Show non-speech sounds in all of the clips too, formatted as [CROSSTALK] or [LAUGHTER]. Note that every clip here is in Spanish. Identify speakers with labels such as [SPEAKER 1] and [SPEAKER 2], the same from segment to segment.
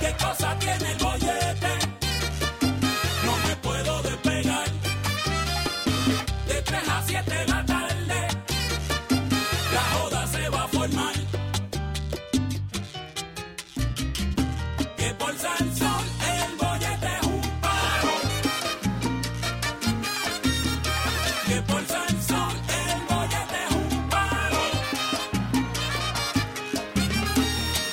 [SPEAKER 1] ¿Qué cosa tiene el bollete? No me puedo despegar. De 3 a 7 de la tarde, la joda se va a formar. Que por San Sol el bollete es un paro. Que por San Sol el bollete es un paro.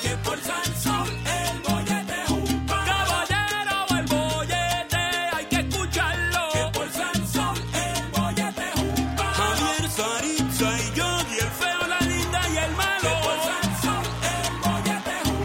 [SPEAKER 1] Que por San Sol el bollete es un palo. Caballero, el bollete hay que escucharlo. Que por San Sol el bollete es un palo. Javier, Saritza y yo, y el feo, la linda y el malo. Que por San Sol el bollete es un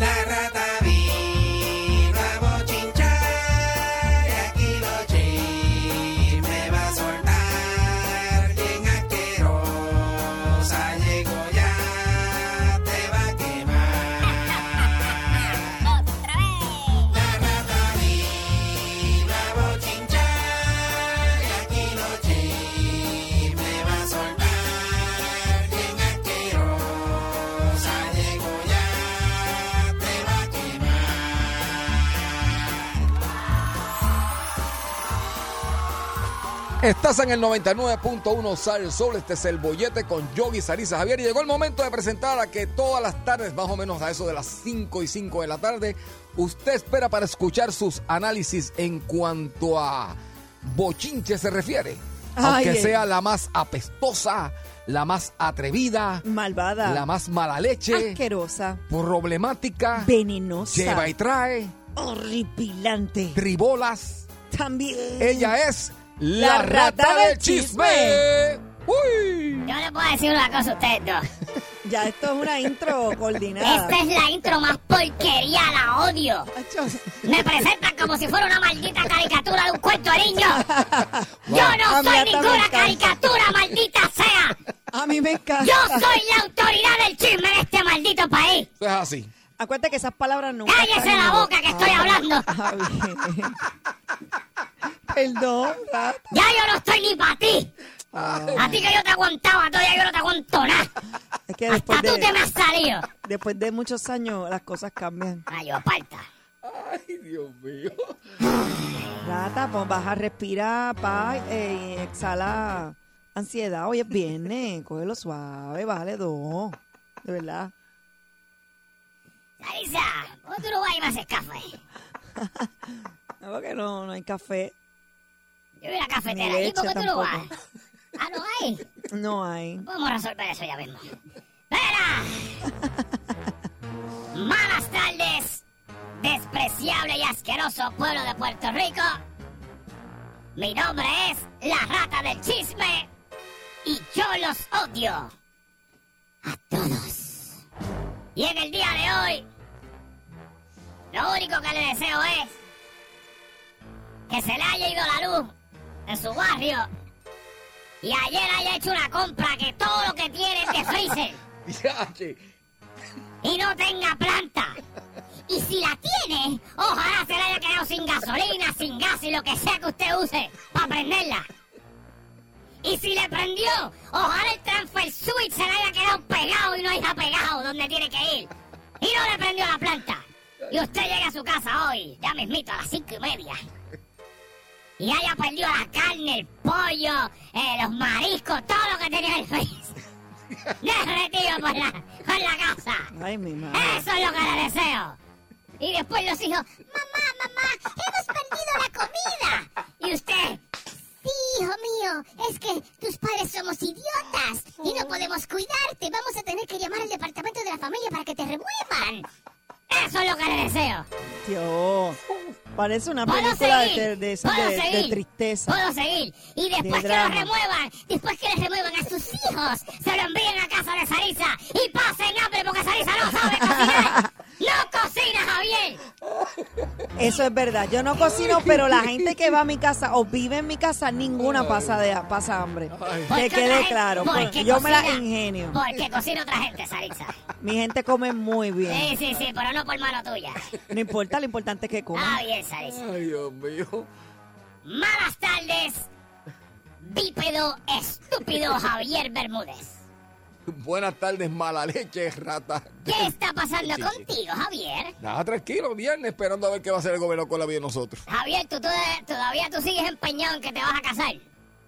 [SPEAKER 2] La rata vino a bochinchar y aquí los chismes va a soltar. Bien asquerosa llegó ya, te va a quemar. La rata vino a bochinchar y aquí los chismes va a soltar. Bien asquerosa llegó ya, te va a quemar.
[SPEAKER 3] Estás en el 99.1 Sal Sol, este es el bollete con Yogi Sarisa Javier y llegó el momento de presentar a que todas las tardes, más o menos a eso de las 5 y 5 de la tarde, usted espera para escuchar sus análisis en cuanto a bochinche se refiere,
[SPEAKER 4] Ay,
[SPEAKER 3] aunque
[SPEAKER 4] eh.
[SPEAKER 3] sea la más apestosa, la más atrevida,
[SPEAKER 4] Malvada.
[SPEAKER 3] la más mala leche,
[SPEAKER 4] Asquerosa.
[SPEAKER 3] problemática,
[SPEAKER 4] Venenosa.
[SPEAKER 3] lleva y trae,
[SPEAKER 4] Horripilante.
[SPEAKER 3] tribolas.
[SPEAKER 4] También.
[SPEAKER 3] Ella es la,
[SPEAKER 4] La
[SPEAKER 3] rata,
[SPEAKER 4] rata
[SPEAKER 3] del
[SPEAKER 4] del
[SPEAKER 3] chisme. Uy.
[SPEAKER 5] Yo le puedo decir una cosa a ustedes dos.
[SPEAKER 4] [LAUGHS] Ya esto es una intro coordinada.
[SPEAKER 5] Esta es la intro más porquería, la odio.
[SPEAKER 4] Achos.
[SPEAKER 5] Me presentan como si fuera una maldita caricatura de un cuento de niño.
[SPEAKER 4] [LAUGHS]
[SPEAKER 5] Yo
[SPEAKER 4] A
[SPEAKER 5] no soy
[SPEAKER 4] mí hasta me
[SPEAKER 5] ninguna
[SPEAKER 4] encanta.
[SPEAKER 5] caricatura, maldita sea.
[SPEAKER 4] A mí me encanta.
[SPEAKER 5] Yo soy la autoridad del chisme de este maldito país.
[SPEAKER 3] Eso es así.
[SPEAKER 4] Acuérdate que esas palabras nunca.
[SPEAKER 5] Cállese
[SPEAKER 4] están en Ah,
[SPEAKER 5] la boca que estoy
[SPEAKER 4] [LAUGHS]
[SPEAKER 5] hablando.
[SPEAKER 4] Javier. Perdón, Ah. rata.
[SPEAKER 5] Ya yo no estoy ni para ti. A ti que yo te aguantaba, todavía yo no te aguanto nada.
[SPEAKER 4] Es que
[SPEAKER 5] Hasta
[SPEAKER 4] después
[SPEAKER 5] tú te
[SPEAKER 4] de,
[SPEAKER 5] me has salido.
[SPEAKER 4] después de muchos años las cosas cambian.
[SPEAKER 5] Rayo, aparta.
[SPEAKER 3] Ay, Dios mío.
[SPEAKER 4] Rata, pues baja, respira, pa, eh, exhala ansiedad. Hoy
[SPEAKER 5] [LAUGHS]
[SPEAKER 4] es viernes, cógelo suave, bájale dos. De verdad.
[SPEAKER 5] Sarisa, ¿por qué tú no vas "Ah, y me haces
[SPEAKER 4] [LAUGHS]
[SPEAKER 5] café?
[SPEAKER 4] No, porque no, no hay café.
[SPEAKER 5] Yo voy a la cafetera.
[SPEAKER 4] Ni
[SPEAKER 5] ¿Y por qué
[SPEAKER 4] leche
[SPEAKER 5] tú no vas?
[SPEAKER 4] tampoco.
[SPEAKER 5] Ah, no hay.
[SPEAKER 4] No hay.
[SPEAKER 5] Vamos a resolver eso ya mismo. ¡Vera! Malas tardes, despreciable y asqueroso pueblo de Puerto Rico. Mi nombre es la rata del chisme y yo los odio a todos. Y en el día de hoy, lo único que le deseo es que se le haya ido la luz en su barrio y ayer haya hecho una compra que todo lo que tiene es de freezer
[SPEAKER 3] Yache.
[SPEAKER 5] y no tenga planta. Y si la tiene, ojalá se la haya quedado sin gasolina, sin gas y lo que sea que usted use para prenderla. Y si le prendió, ojalá el transfer switch se le haya quedado pegado y no haya pegado donde tiene que ir. Y no le prendió la planta. Y usted llega a su casa hoy, ya mismito a las cinco y media. Y haya perdido la carne, el pollo, eh, los mariscos, todo lo que tenía en el freezer. Derretido por la, por la casa.
[SPEAKER 4] Ay, mi madre.
[SPEAKER 5] Eso es lo que le deseo. Y después los hijos, mamá, mamá, hemos perdido la comida. Y usted,
[SPEAKER 6] Sí, hijo mío, es que tus padres somos idiotas y no podemos cuidarte. Vamos a tener que llamar al departamento de la familia para que te remuevan.
[SPEAKER 5] eso es lo que le deseo.
[SPEAKER 4] Dios. Parece una
[SPEAKER 5] Puedo
[SPEAKER 4] película de,
[SPEAKER 5] seguir.
[SPEAKER 4] de- de-
[SPEAKER 5] puedo
[SPEAKER 4] de- de
[SPEAKER 5] seguir.
[SPEAKER 4] tristeza.
[SPEAKER 5] Puedo seguir. Y
[SPEAKER 4] De
[SPEAKER 5] después que lo
[SPEAKER 4] drama.
[SPEAKER 5] remuevan, después que le remuevan a sus hijos, se lo envíen a casa de Sarisa y pasen hambre porque Sarisa no sabe cocinar. no cocina, Javier.
[SPEAKER 4] Eso es verdad. Yo no cocino, pero la gente que va a mi casa o vive en mi casa, ninguna pasa de pasa hambre.
[SPEAKER 5] Porque
[SPEAKER 4] Que
[SPEAKER 5] otra
[SPEAKER 4] quede
[SPEAKER 5] gente-
[SPEAKER 4] claro.
[SPEAKER 5] porque
[SPEAKER 4] porque Yo me la
[SPEAKER 5] cocina-
[SPEAKER 4] ingenio.
[SPEAKER 5] Porque cocina otra gente, Sarisa.
[SPEAKER 4] Mi gente come muy bien.
[SPEAKER 5] Sí, sí, sí, pero no por mano tuya.
[SPEAKER 4] No importa, lo importante es que coman.
[SPEAKER 5] Ah, bien, Sarisa.
[SPEAKER 3] Ay, Dios mío.
[SPEAKER 5] Malas tardes, bípedo estúpido Javier Bermúdez.
[SPEAKER 3] Buenas tardes, mala leche, rata.
[SPEAKER 5] ¿Qué está pasando contigo, Javier?
[SPEAKER 3] Nada, tranquilo, viernes esperando a ver qué va a hacer el gobierno con la vida de nosotros.
[SPEAKER 5] Javier, ¿tú toda- todavía tú sigues empeñado en que te vas a casar?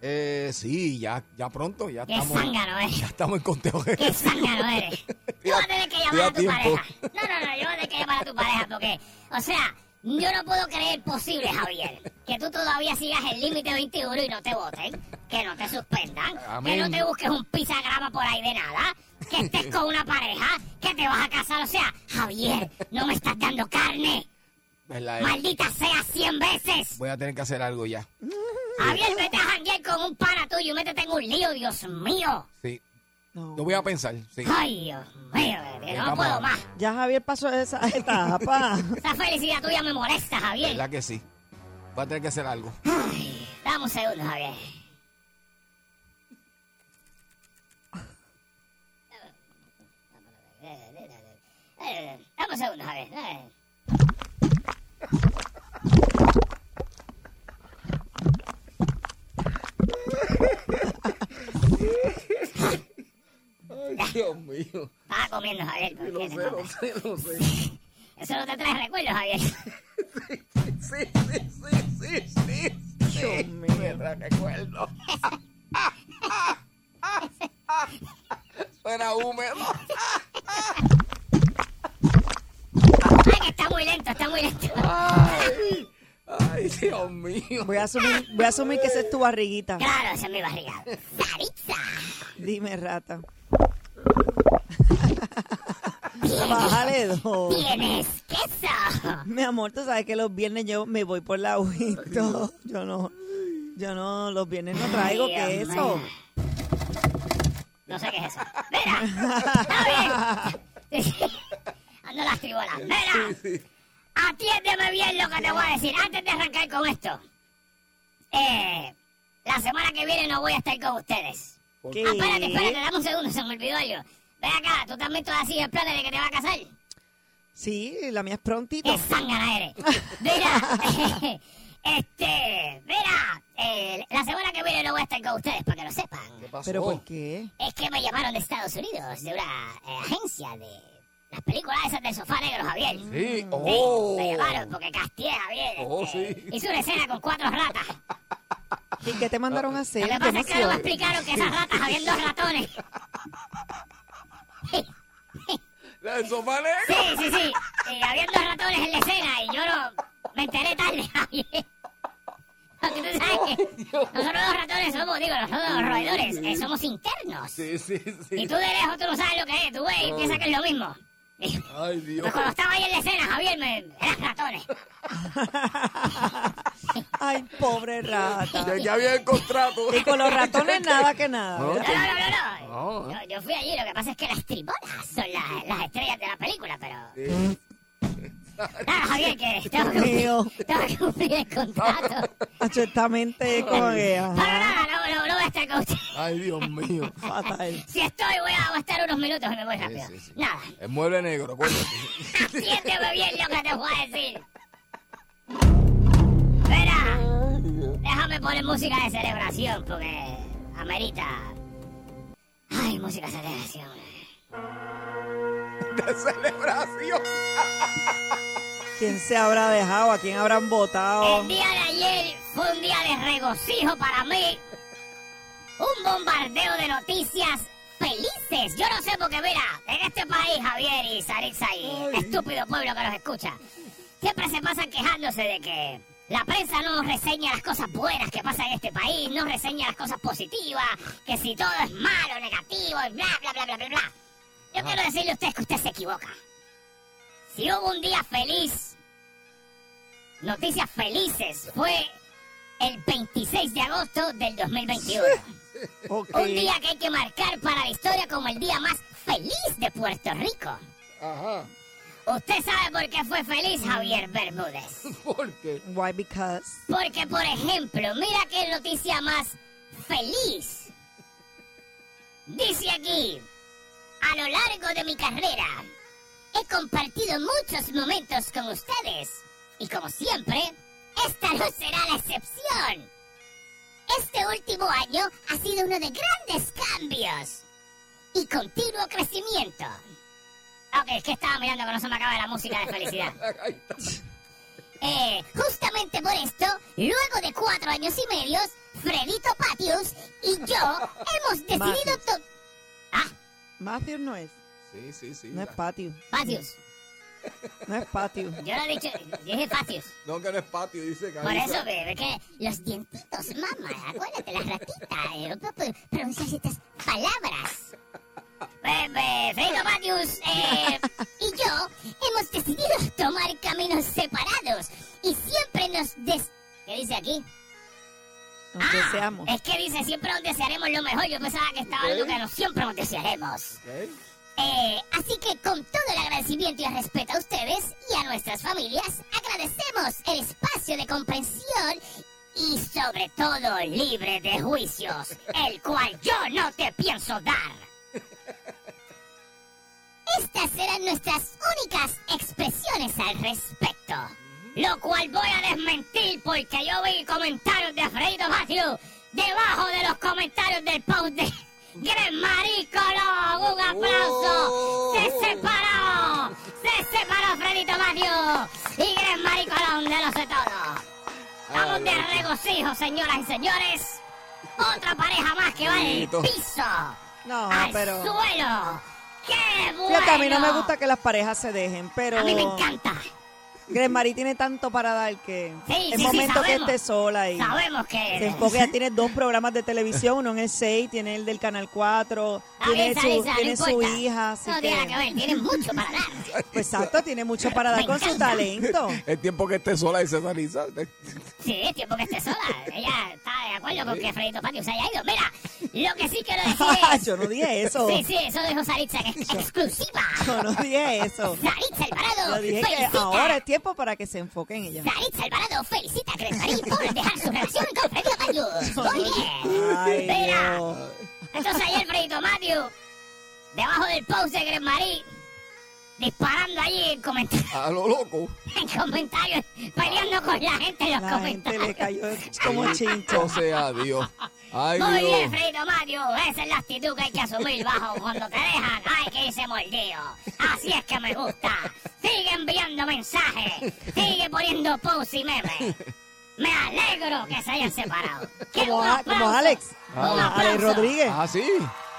[SPEAKER 3] Eh, sí, ya, ya pronto, ya
[SPEAKER 5] ¡Qué
[SPEAKER 3] estamos.
[SPEAKER 5] zángano eres!
[SPEAKER 3] Ya estamos en conteo.
[SPEAKER 5] ¡Qué zángano eres! Tú vas a tener que
[SPEAKER 3] Te da
[SPEAKER 5] llamar a tu
[SPEAKER 3] tiempo.
[SPEAKER 5] pareja. No, no, no, yo voy a tener que llamar a tu pareja porque, o sea, yo no puedo creer posible, Javier, que tú todavía sigas el límite 21 y no te voten, que no te suspendan, que
[SPEAKER 3] [LAUGHS] Amén.
[SPEAKER 5] no te busques un pisagrama por ahí de nada, que estés con una pareja, que te vas a casar. O sea, Javier, no me estás dando carne.
[SPEAKER 3] ¿Verdad?
[SPEAKER 5] ¡Maldita sea 100 veces!
[SPEAKER 3] Voy a tener que hacer algo ya.
[SPEAKER 5] Javier, vete a janguear con un pana tuyo y métete en un lío, Dios mío.
[SPEAKER 3] Sí,
[SPEAKER 4] No.
[SPEAKER 3] lo voy a pensar. Sí.
[SPEAKER 5] Ay, Dios mío, que no puedo más.
[SPEAKER 4] Ya Javier pasó esa etapa.
[SPEAKER 5] Esa felicidad tuya me molesta, Javier.
[SPEAKER 3] ¿Verdad que sí? Voy a tener que hacer algo.
[SPEAKER 5] Dame un segundo, Javier. Dame un segundo, Javier.
[SPEAKER 3] Dios mío.
[SPEAKER 5] Estaba comiendo, Javier. pero ¿qué te pasa?
[SPEAKER 3] sé, lo sé. Sí,
[SPEAKER 5] Eso no te trae recuerdos, Javier.
[SPEAKER 3] sí, sí, sí, sí.
[SPEAKER 4] Dios mío.
[SPEAKER 3] recuerdo. Suena húmedo.
[SPEAKER 5] Ay, que está muy lento, está muy lento.
[SPEAKER 3] Ay, ay, Dios mío.
[SPEAKER 4] Voy a asumir, voy a asumir que esa es tu barriguita.
[SPEAKER 5] Claro, esa es mi barriga. ¡Saritza!
[SPEAKER 4] Dime, rata. [LAUGHS] Bájale dos.
[SPEAKER 5] ¿Tienes queso?
[SPEAKER 4] Mi amor, tú sabes que los viernes yo me voy por la [LAUGHS] Windows. Yo no, yo no, los viernes no traigo
[SPEAKER 5] Ay,
[SPEAKER 4] que
[SPEAKER 5] Dios
[SPEAKER 4] eso.
[SPEAKER 5] mío. No sé qué es eso. ¡Mira! ¡Está bien! Sí, sí. Ando las tribolas. ¡Mira! Atiéndeme bien lo que te voy a decir. Antes de arrancar con esto. Eh, la semana que viene no voy a estar con ustedes.
[SPEAKER 4] ¿Qué?
[SPEAKER 5] Ah, espérate, espérate. Dame un segundo. Se me olvidó yo. Ven acá. ¿Tú también todavía sigues el plan de que te vas a casar?
[SPEAKER 4] Sí, la mía es prontito.
[SPEAKER 5] ¡Qué zángana eres! Mira, [LAUGHS] este, mira, eh, la semana que viene no voy a estar con ustedes, para que lo sepan.
[SPEAKER 4] ¿Pero por qué?
[SPEAKER 5] Es que me llamaron de Estados Unidos, de una eh, agencia de las películas esas del sofá negro, Javier.
[SPEAKER 3] Sí,
[SPEAKER 5] Sí,
[SPEAKER 3] oh.
[SPEAKER 5] me llamaron porque castié, Javier.
[SPEAKER 3] Oh,
[SPEAKER 5] este,
[SPEAKER 3] sí.
[SPEAKER 5] Hice una escena con cuatro ratas.
[SPEAKER 4] ¿Y qué te mandaron
[SPEAKER 3] Ah,
[SPEAKER 4] a hacer?
[SPEAKER 5] Lo que
[SPEAKER 4] Qué
[SPEAKER 5] pasa es que no me
[SPEAKER 4] emoción.
[SPEAKER 5] explicaron que esas ratas habían dos ratones.
[SPEAKER 3] La del sofá negro.
[SPEAKER 5] Sí, sí, sí. Y habían dos ratones en la escena y yo no me enteré tarde, Javier. Porque tú sabes que nosotros los ratones somos, digo, nosotros los roedores, eh, somos internos.
[SPEAKER 3] Sí, sí,
[SPEAKER 5] Y
[SPEAKER 3] sí.
[SPEAKER 5] tú de lejos tú no sabes lo que es, tú ves y piensas que es lo mismo. Y-
[SPEAKER 3] Ay, Dios.
[SPEAKER 5] Pues cuando estaba ahí en la escena, Javier, me... eran ratones.
[SPEAKER 4] Ay, pobre rata.
[SPEAKER 3] Ya, ya había el contrato.
[SPEAKER 4] Y con los [LAUGHS]
[SPEAKER 3] [LAUGHS]
[SPEAKER 4] ratones nada que nada.
[SPEAKER 3] No.
[SPEAKER 4] ¿verdad?
[SPEAKER 5] No, no, no, no.
[SPEAKER 3] No,
[SPEAKER 5] Yo, yo fui allí, lo que pasa es que las tribolas son las, las estrellas de la película, pero... Nada, Javier,
[SPEAKER 3] [LAUGHS]
[SPEAKER 5] que tengo que,
[SPEAKER 4] Mío.
[SPEAKER 5] cumplir, tengo que cumplir el contrato.
[SPEAKER 4] Acho, esta mente es como que...
[SPEAKER 5] Pero
[SPEAKER 4] ajá,
[SPEAKER 5] nada, no, no, no voy a estar con usted.
[SPEAKER 3] Ay, Dios
[SPEAKER 4] [LAUGHS]
[SPEAKER 3] mío.
[SPEAKER 4] fatal.
[SPEAKER 5] Si estoy, voy a voy a estar unos minutos y me voy rápido.
[SPEAKER 3] sí, sí. [LAUGHS]
[SPEAKER 5] Nada,
[SPEAKER 3] El mueble negro, acuérdate.
[SPEAKER 5] siénteme bien lo que te voy a decir. Espera, déjame poner música de celebración porque amerita. Ay, música de celebración.
[SPEAKER 3] De celebración.
[SPEAKER 4] ¿Quién se habrá dejado? ¿A quién habrán votado?
[SPEAKER 5] El día de ayer fue un día de regocijo para mí. Un bombardeo de noticias felices. Yo no sé por qué, mira, en este país, Javier y Saritza y estúpido pueblo que nos escucha, siempre se pasan quejándose de que la prensa no reseña las cosas buenas que pasan en este país, no reseña las cosas positivas, que si todo es malo, negativo, y bla, bla, bla, bla, bla, bla. Yo quiero decirle a usted que usted se equivoca. Si hubo un día feliz Noticias felices fue el 26 de agosto del 2021.
[SPEAKER 4] Ok.
[SPEAKER 5] Un día que hay que marcar para la historia como el día más feliz de Puerto Rico.
[SPEAKER 3] Ajá.
[SPEAKER 5] ¿Usted sabe por qué fue feliz Javier Bermúdez?
[SPEAKER 3] [LAUGHS] ¿Por qué?
[SPEAKER 4] Why because?
[SPEAKER 5] Porque, por ejemplo, mira qué noticia más feliz. Dice aquí, a lo largo de mi carrera, he compartido muchos momentos con ustedes. Y como siempre,
[SPEAKER 6] Esta no será la excepción. Este último año ha sido uno de grandes cambios y continuo crecimiento.
[SPEAKER 5] Ok, es que estaba mirando que no se me acaba la música de felicidad.
[SPEAKER 3] Ahí está.
[SPEAKER 6] Eh, justamente por esto, luego de cuatro años y medios, Fredito Patius y yo hemos decidido... to-
[SPEAKER 4] Matthew no es.
[SPEAKER 3] Sí, sí, sí.
[SPEAKER 4] No es patio.
[SPEAKER 5] Patius.
[SPEAKER 4] No es patio.
[SPEAKER 5] Yo lo he dicho, dije Patius.
[SPEAKER 3] No, que no es patio, dice
[SPEAKER 5] Por
[SPEAKER 3] Carlos.
[SPEAKER 5] eso, que, es que
[SPEAKER 6] Los dientitos, mamá, acuérdate, la ratita, eh, no puedo pronunciar estas
[SPEAKER 5] [LAUGHS]
[SPEAKER 6] palabras.
[SPEAKER 5] eh, eh, Fredo Patius, eh,
[SPEAKER 6] Y yo hemos decidido tomar caminos separados y siempre nos des...
[SPEAKER 5] ¿Qué dice aquí?
[SPEAKER 4] Nos deseamos.
[SPEAKER 5] Es que dice, siempre os desearemos Ah, lo mejor. Yo pensaba que estaba hablando que no siempre os desearemos.
[SPEAKER 3] Ok.
[SPEAKER 6] Eh, así que con todo el agradecimiento y el respeto a ustedes y a nuestras familias, agradecemos el espacio de comprensión
[SPEAKER 5] Y sobre todo, libre de juicios, el cual yo no te pienso dar.
[SPEAKER 6] Estas serán nuestras únicas expresiones al respecto.
[SPEAKER 5] Lo cual voy a desmentir porque yo vi comentarios de Fredo Matthew debajo de los comentarios del post de Gran Marícolo. ¡Un aplauso! ¡Se separó! ¡Se separó Fredito Matthew y Gran Marícolo de los de todos! Estamos
[SPEAKER 3] Ah,
[SPEAKER 5] de regocijo, señoras y señores. Otra pareja más que va al
[SPEAKER 3] Bonito.
[SPEAKER 5] piso.
[SPEAKER 4] No,
[SPEAKER 5] al
[SPEAKER 4] pero.
[SPEAKER 5] suelo. ¡Qué bueno!
[SPEAKER 4] Fíjate, a mí no me gusta que las parejas se dejen, pero.
[SPEAKER 5] A mí me encanta.
[SPEAKER 4] Gresmarie tiene tanto para dar que
[SPEAKER 5] Sí,
[SPEAKER 4] es
[SPEAKER 5] sí, sí,
[SPEAKER 4] momento que
[SPEAKER 5] sabemos.
[SPEAKER 4] esté sola y
[SPEAKER 5] Sabemos que...
[SPEAKER 4] se enfoque. Ya tiene dos programas de televisión, uno en el 6, tiene el del Canal 4,
[SPEAKER 5] Está
[SPEAKER 4] tiene
[SPEAKER 5] bien,
[SPEAKER 4] su,
[SPEAKER 5] Sarisa, Ah, no
[SPEAKER 4] tiene su
[SPEAKER 5] importa.
[SPEAKER 4] hija, así
[SPEAKER 5] no
[SPEAKER 4] que...
[SPEAKER 5] tiene nada que ver, tiene mucho para
[SPEAKER 4] [LAUGHS]
[SPEAKER 5] dar.
[SPEAKER 4] Pues exacto, tiene mucho para dar
[SPEAKER 5] Me
[SPEAKER 4] con su
[SPEAKER 5] encanta.
[SPEAKER 3] [LAUGHS]
[SPEAKER 4] talento.
[SPEAKER 3] El tiempo que esté sola, dice Sarisa.
[SPEAKER 5] Sí, es tiempo que esté sola. Ella está de acuerdo con que Fredito Patio se haya ido. Mira, lo que sí quiero
[SPEAKER 4] [LAUGHS]
[SPEAKER 5] decir es...
[SPEAKER 4] Yo no dije eso.
[SPEAKER 5] Sí, sí, eso lo dijo Saritza, que es exclusiva.
[SPEAKER 4] [LAUGHS] [LAUGHS] Yo no dije eso.
[SPEAKER 5] Saritza Alvarado
[SPEAKER 4] Yo dije que
[SPEAKER 5] felicita.
[SPEAKER 4] ahora es tiempo para que se enfoque en ella.
[SPEAKER 5] Saritza Alvarado felicita a Cresmarín por dejar su relación con Fredito Patius. Muy bien.
[SPEAKER 4] Ay,
[SPEAKER 5] Mira.
[SPEAKER 4] Dios.
[SPEAKER 5] Entonces ayer Fredito Matthew, debajo del post de Cresmarín, disparando allí en comentarios,
[SPEAKER 3] A lo loco.
[SPEAKER 5] en comentarios, peleando con la gente en los
[SPEAKER 4] La gente
[SPEAKER 5] comentarios.
[SPEAKER 4] le cayó como chincho.
[SPEAKER 3] O sea, Dios. Ay,
[SPEAKER 5] Muy bien,
[SPEAKER 3] Dios.
[SPEAKER 5] Frito Mario, esa es la actitud que hay que asumir bajo cuando te dejan. Hay que irse mordido. Así es que me gusta. Sigue enviando mensajes, sigue poniendo posts y memes. Me alegro que se hayan separado. Quiero
[SPEAKER 4] Como,
[SPEAKER 5] un
[SPEAKER 4] a- como
[SPEAKER 5] aplauso.
[SPEAKER 4] Alex.
[SPEAKER 5] Un
[SPEAKER 3] Ah.
[SPEAKER 5] aplauso.
[SPEAKER 4] Alex Rodríguez.
[SPEAKER 3] Ah, sí.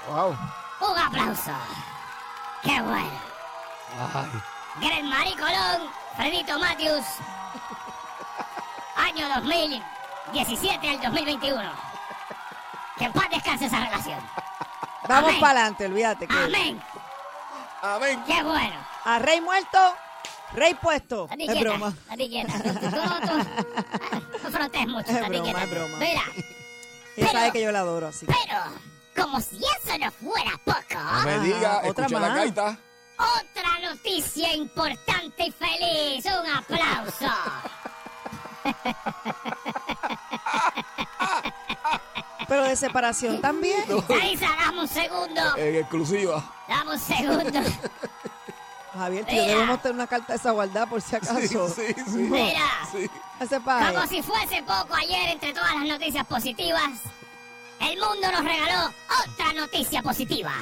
[SPEAKER 3] Wow.
[SPEAKER 5] Un aplauso. Qué bueno.
[SPEAKER 3] Ay.
[SPEAKER 5] Gran Marie Colón, Fredito Matthews. Año 2017 al 2021. Que en paz descanse esa relación.
[SPEAKER 4] Vamos
[SPEAKER 5] Amén.
[SPEAKER 4] para adelante, olvídate. Que
[SPEAKER 5] Amén.
[SPEAKER 3] Amén.
[SPEAKER 5] Qué bueno.
[SPEAKER 4] a rey muerto, rey puesto.
[SPEAKER 5] A ti
[SPEAKER 4] Es
[SPEAKER 5] quieta,
[SPEAKER 4] broma.
[SPEAKER 5] a ti quieta. Tú, tú no, tú- no frotes mucho,
[SPEAKER 4] Es
[SPEAKER 5] a ti
[SPEAKER 4] broma,
[SPEAKER 5] quieta.
[SPEAKER 4] es broma.
[SPEAKER 5] Mira,
[SPEAKER 4] Ella
[SPEAKER 5] Pero-
[SPEAKER 4] sabe que yo la adoro, así que.
[SPEAKER 5] pero como si eso no fuera
[SPEAKER 3] No
[SPEAKER 5] poco,
[SPEAKER 3] me
[SPEAKER 4] Ajá,
[SPEAKER 3] diga,
[SPEAKER 4] Ah, otra
[SPEAKER 3] escuché la
[SPEAKER 4] más.
[SPEAKER 3] gaita.
[SPEAKER 5] otra noticia importante y feliz. Un aplauso.
[SPEAKER 4] Pero de separación también.
[SPEAKER 5] Sarisa, dame un segundo.
[SPEAKER 3] En Eh, exclusiva.
[SPEAKER 5] Dame un segundo.
[SPEAKER 4] Javier, tío,
[SPEAKER 5] Mira.
[SPEAKER 4] debemos tener una carta de esa guardada por si
[SPEAKER 3] Sí,
[SPEAKER 4] acaso.
[SPEAKER 3] sí, sí.
[SPEAKER 5] Mira.
[SPEAKER 3] Sí.
[SPEAKER 4] Ese pa'
[SPEAKER 5] Como
[SPEAKER 4] ahí.
[SPEAKER 5] si fuese poco ayer entre todas las noticias positivas, el mundo nos regaló otra noticia positiva.